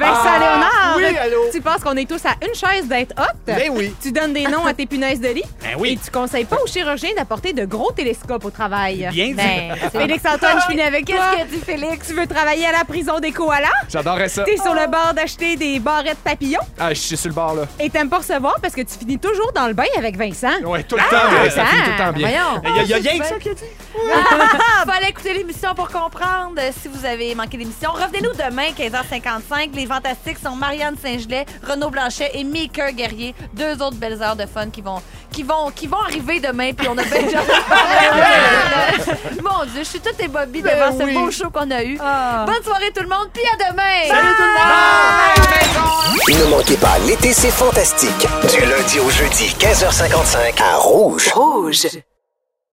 [SPEAKER 7] Vincent Léonard,
[SPEAKER 4] Oui, allô?
[SPEAKER 7] tu penses qu'on est tous à une chaise d'être hot?
[SPEAKER 4] Ben oui.
[SPEAKER 7] Tu donnes des noms à tes punaises de lit.
[SPEAKER 3] Ben oui.
[SPEAKER 7] Et tu conseilles pas aux chirurgiens d'apporter de gros télescopes au travail.
[SPEAKER 3] Bien dit.
[SPEAKER 7] Félix-Antoine, je finis avec toi.
[SPEAKER 2] Qu'est-ce que dit Félix?
[SPEAKER 7] Tu veux travailler à la prison des koalas?
[SPEAKER 4] J'adorerais ça.
[SPEAKER 7] T'es sur le bord d'acheter des barrettes papillons?
[SPEAKER 4] Ah, je suis sur le bord, là.
[SPEAKER 7] Et t'aimes pas recevoir parce que tu finis toujours dans le bain avec Vincent.
[SPEAKER 4] Ouais, tout le temps, mais ça finit tout le temps bien.
[SPEAKER 5] Ah, hein? Voyons.
[SPEAKER 3] Il y a- il y a rien que ça qui
[SPEAKER 2] Fallait écouter l'émission pour comprendre euh, si vous avez manqué l'émission. Revenez-nous demain, 15h55. Les Fantastiques sont Marianne Saint-Gelais, Renaud Blanchet et Mika Guerrier. Deux autres belles heures de fun qui vont, qui vont, qui vont arriver demain. Puis on a bien Mon Dieu, je suis toute ébobie devant ce beau show qu'on a eu. Bonne soirée tout le monde, puis à demain!
[SPEAKER 1] Ne manquez pas, l'été, c'est fantastique. Du lundi au jeudi, 15h55, à Rouge.
[SPEAKER 8] Rouge.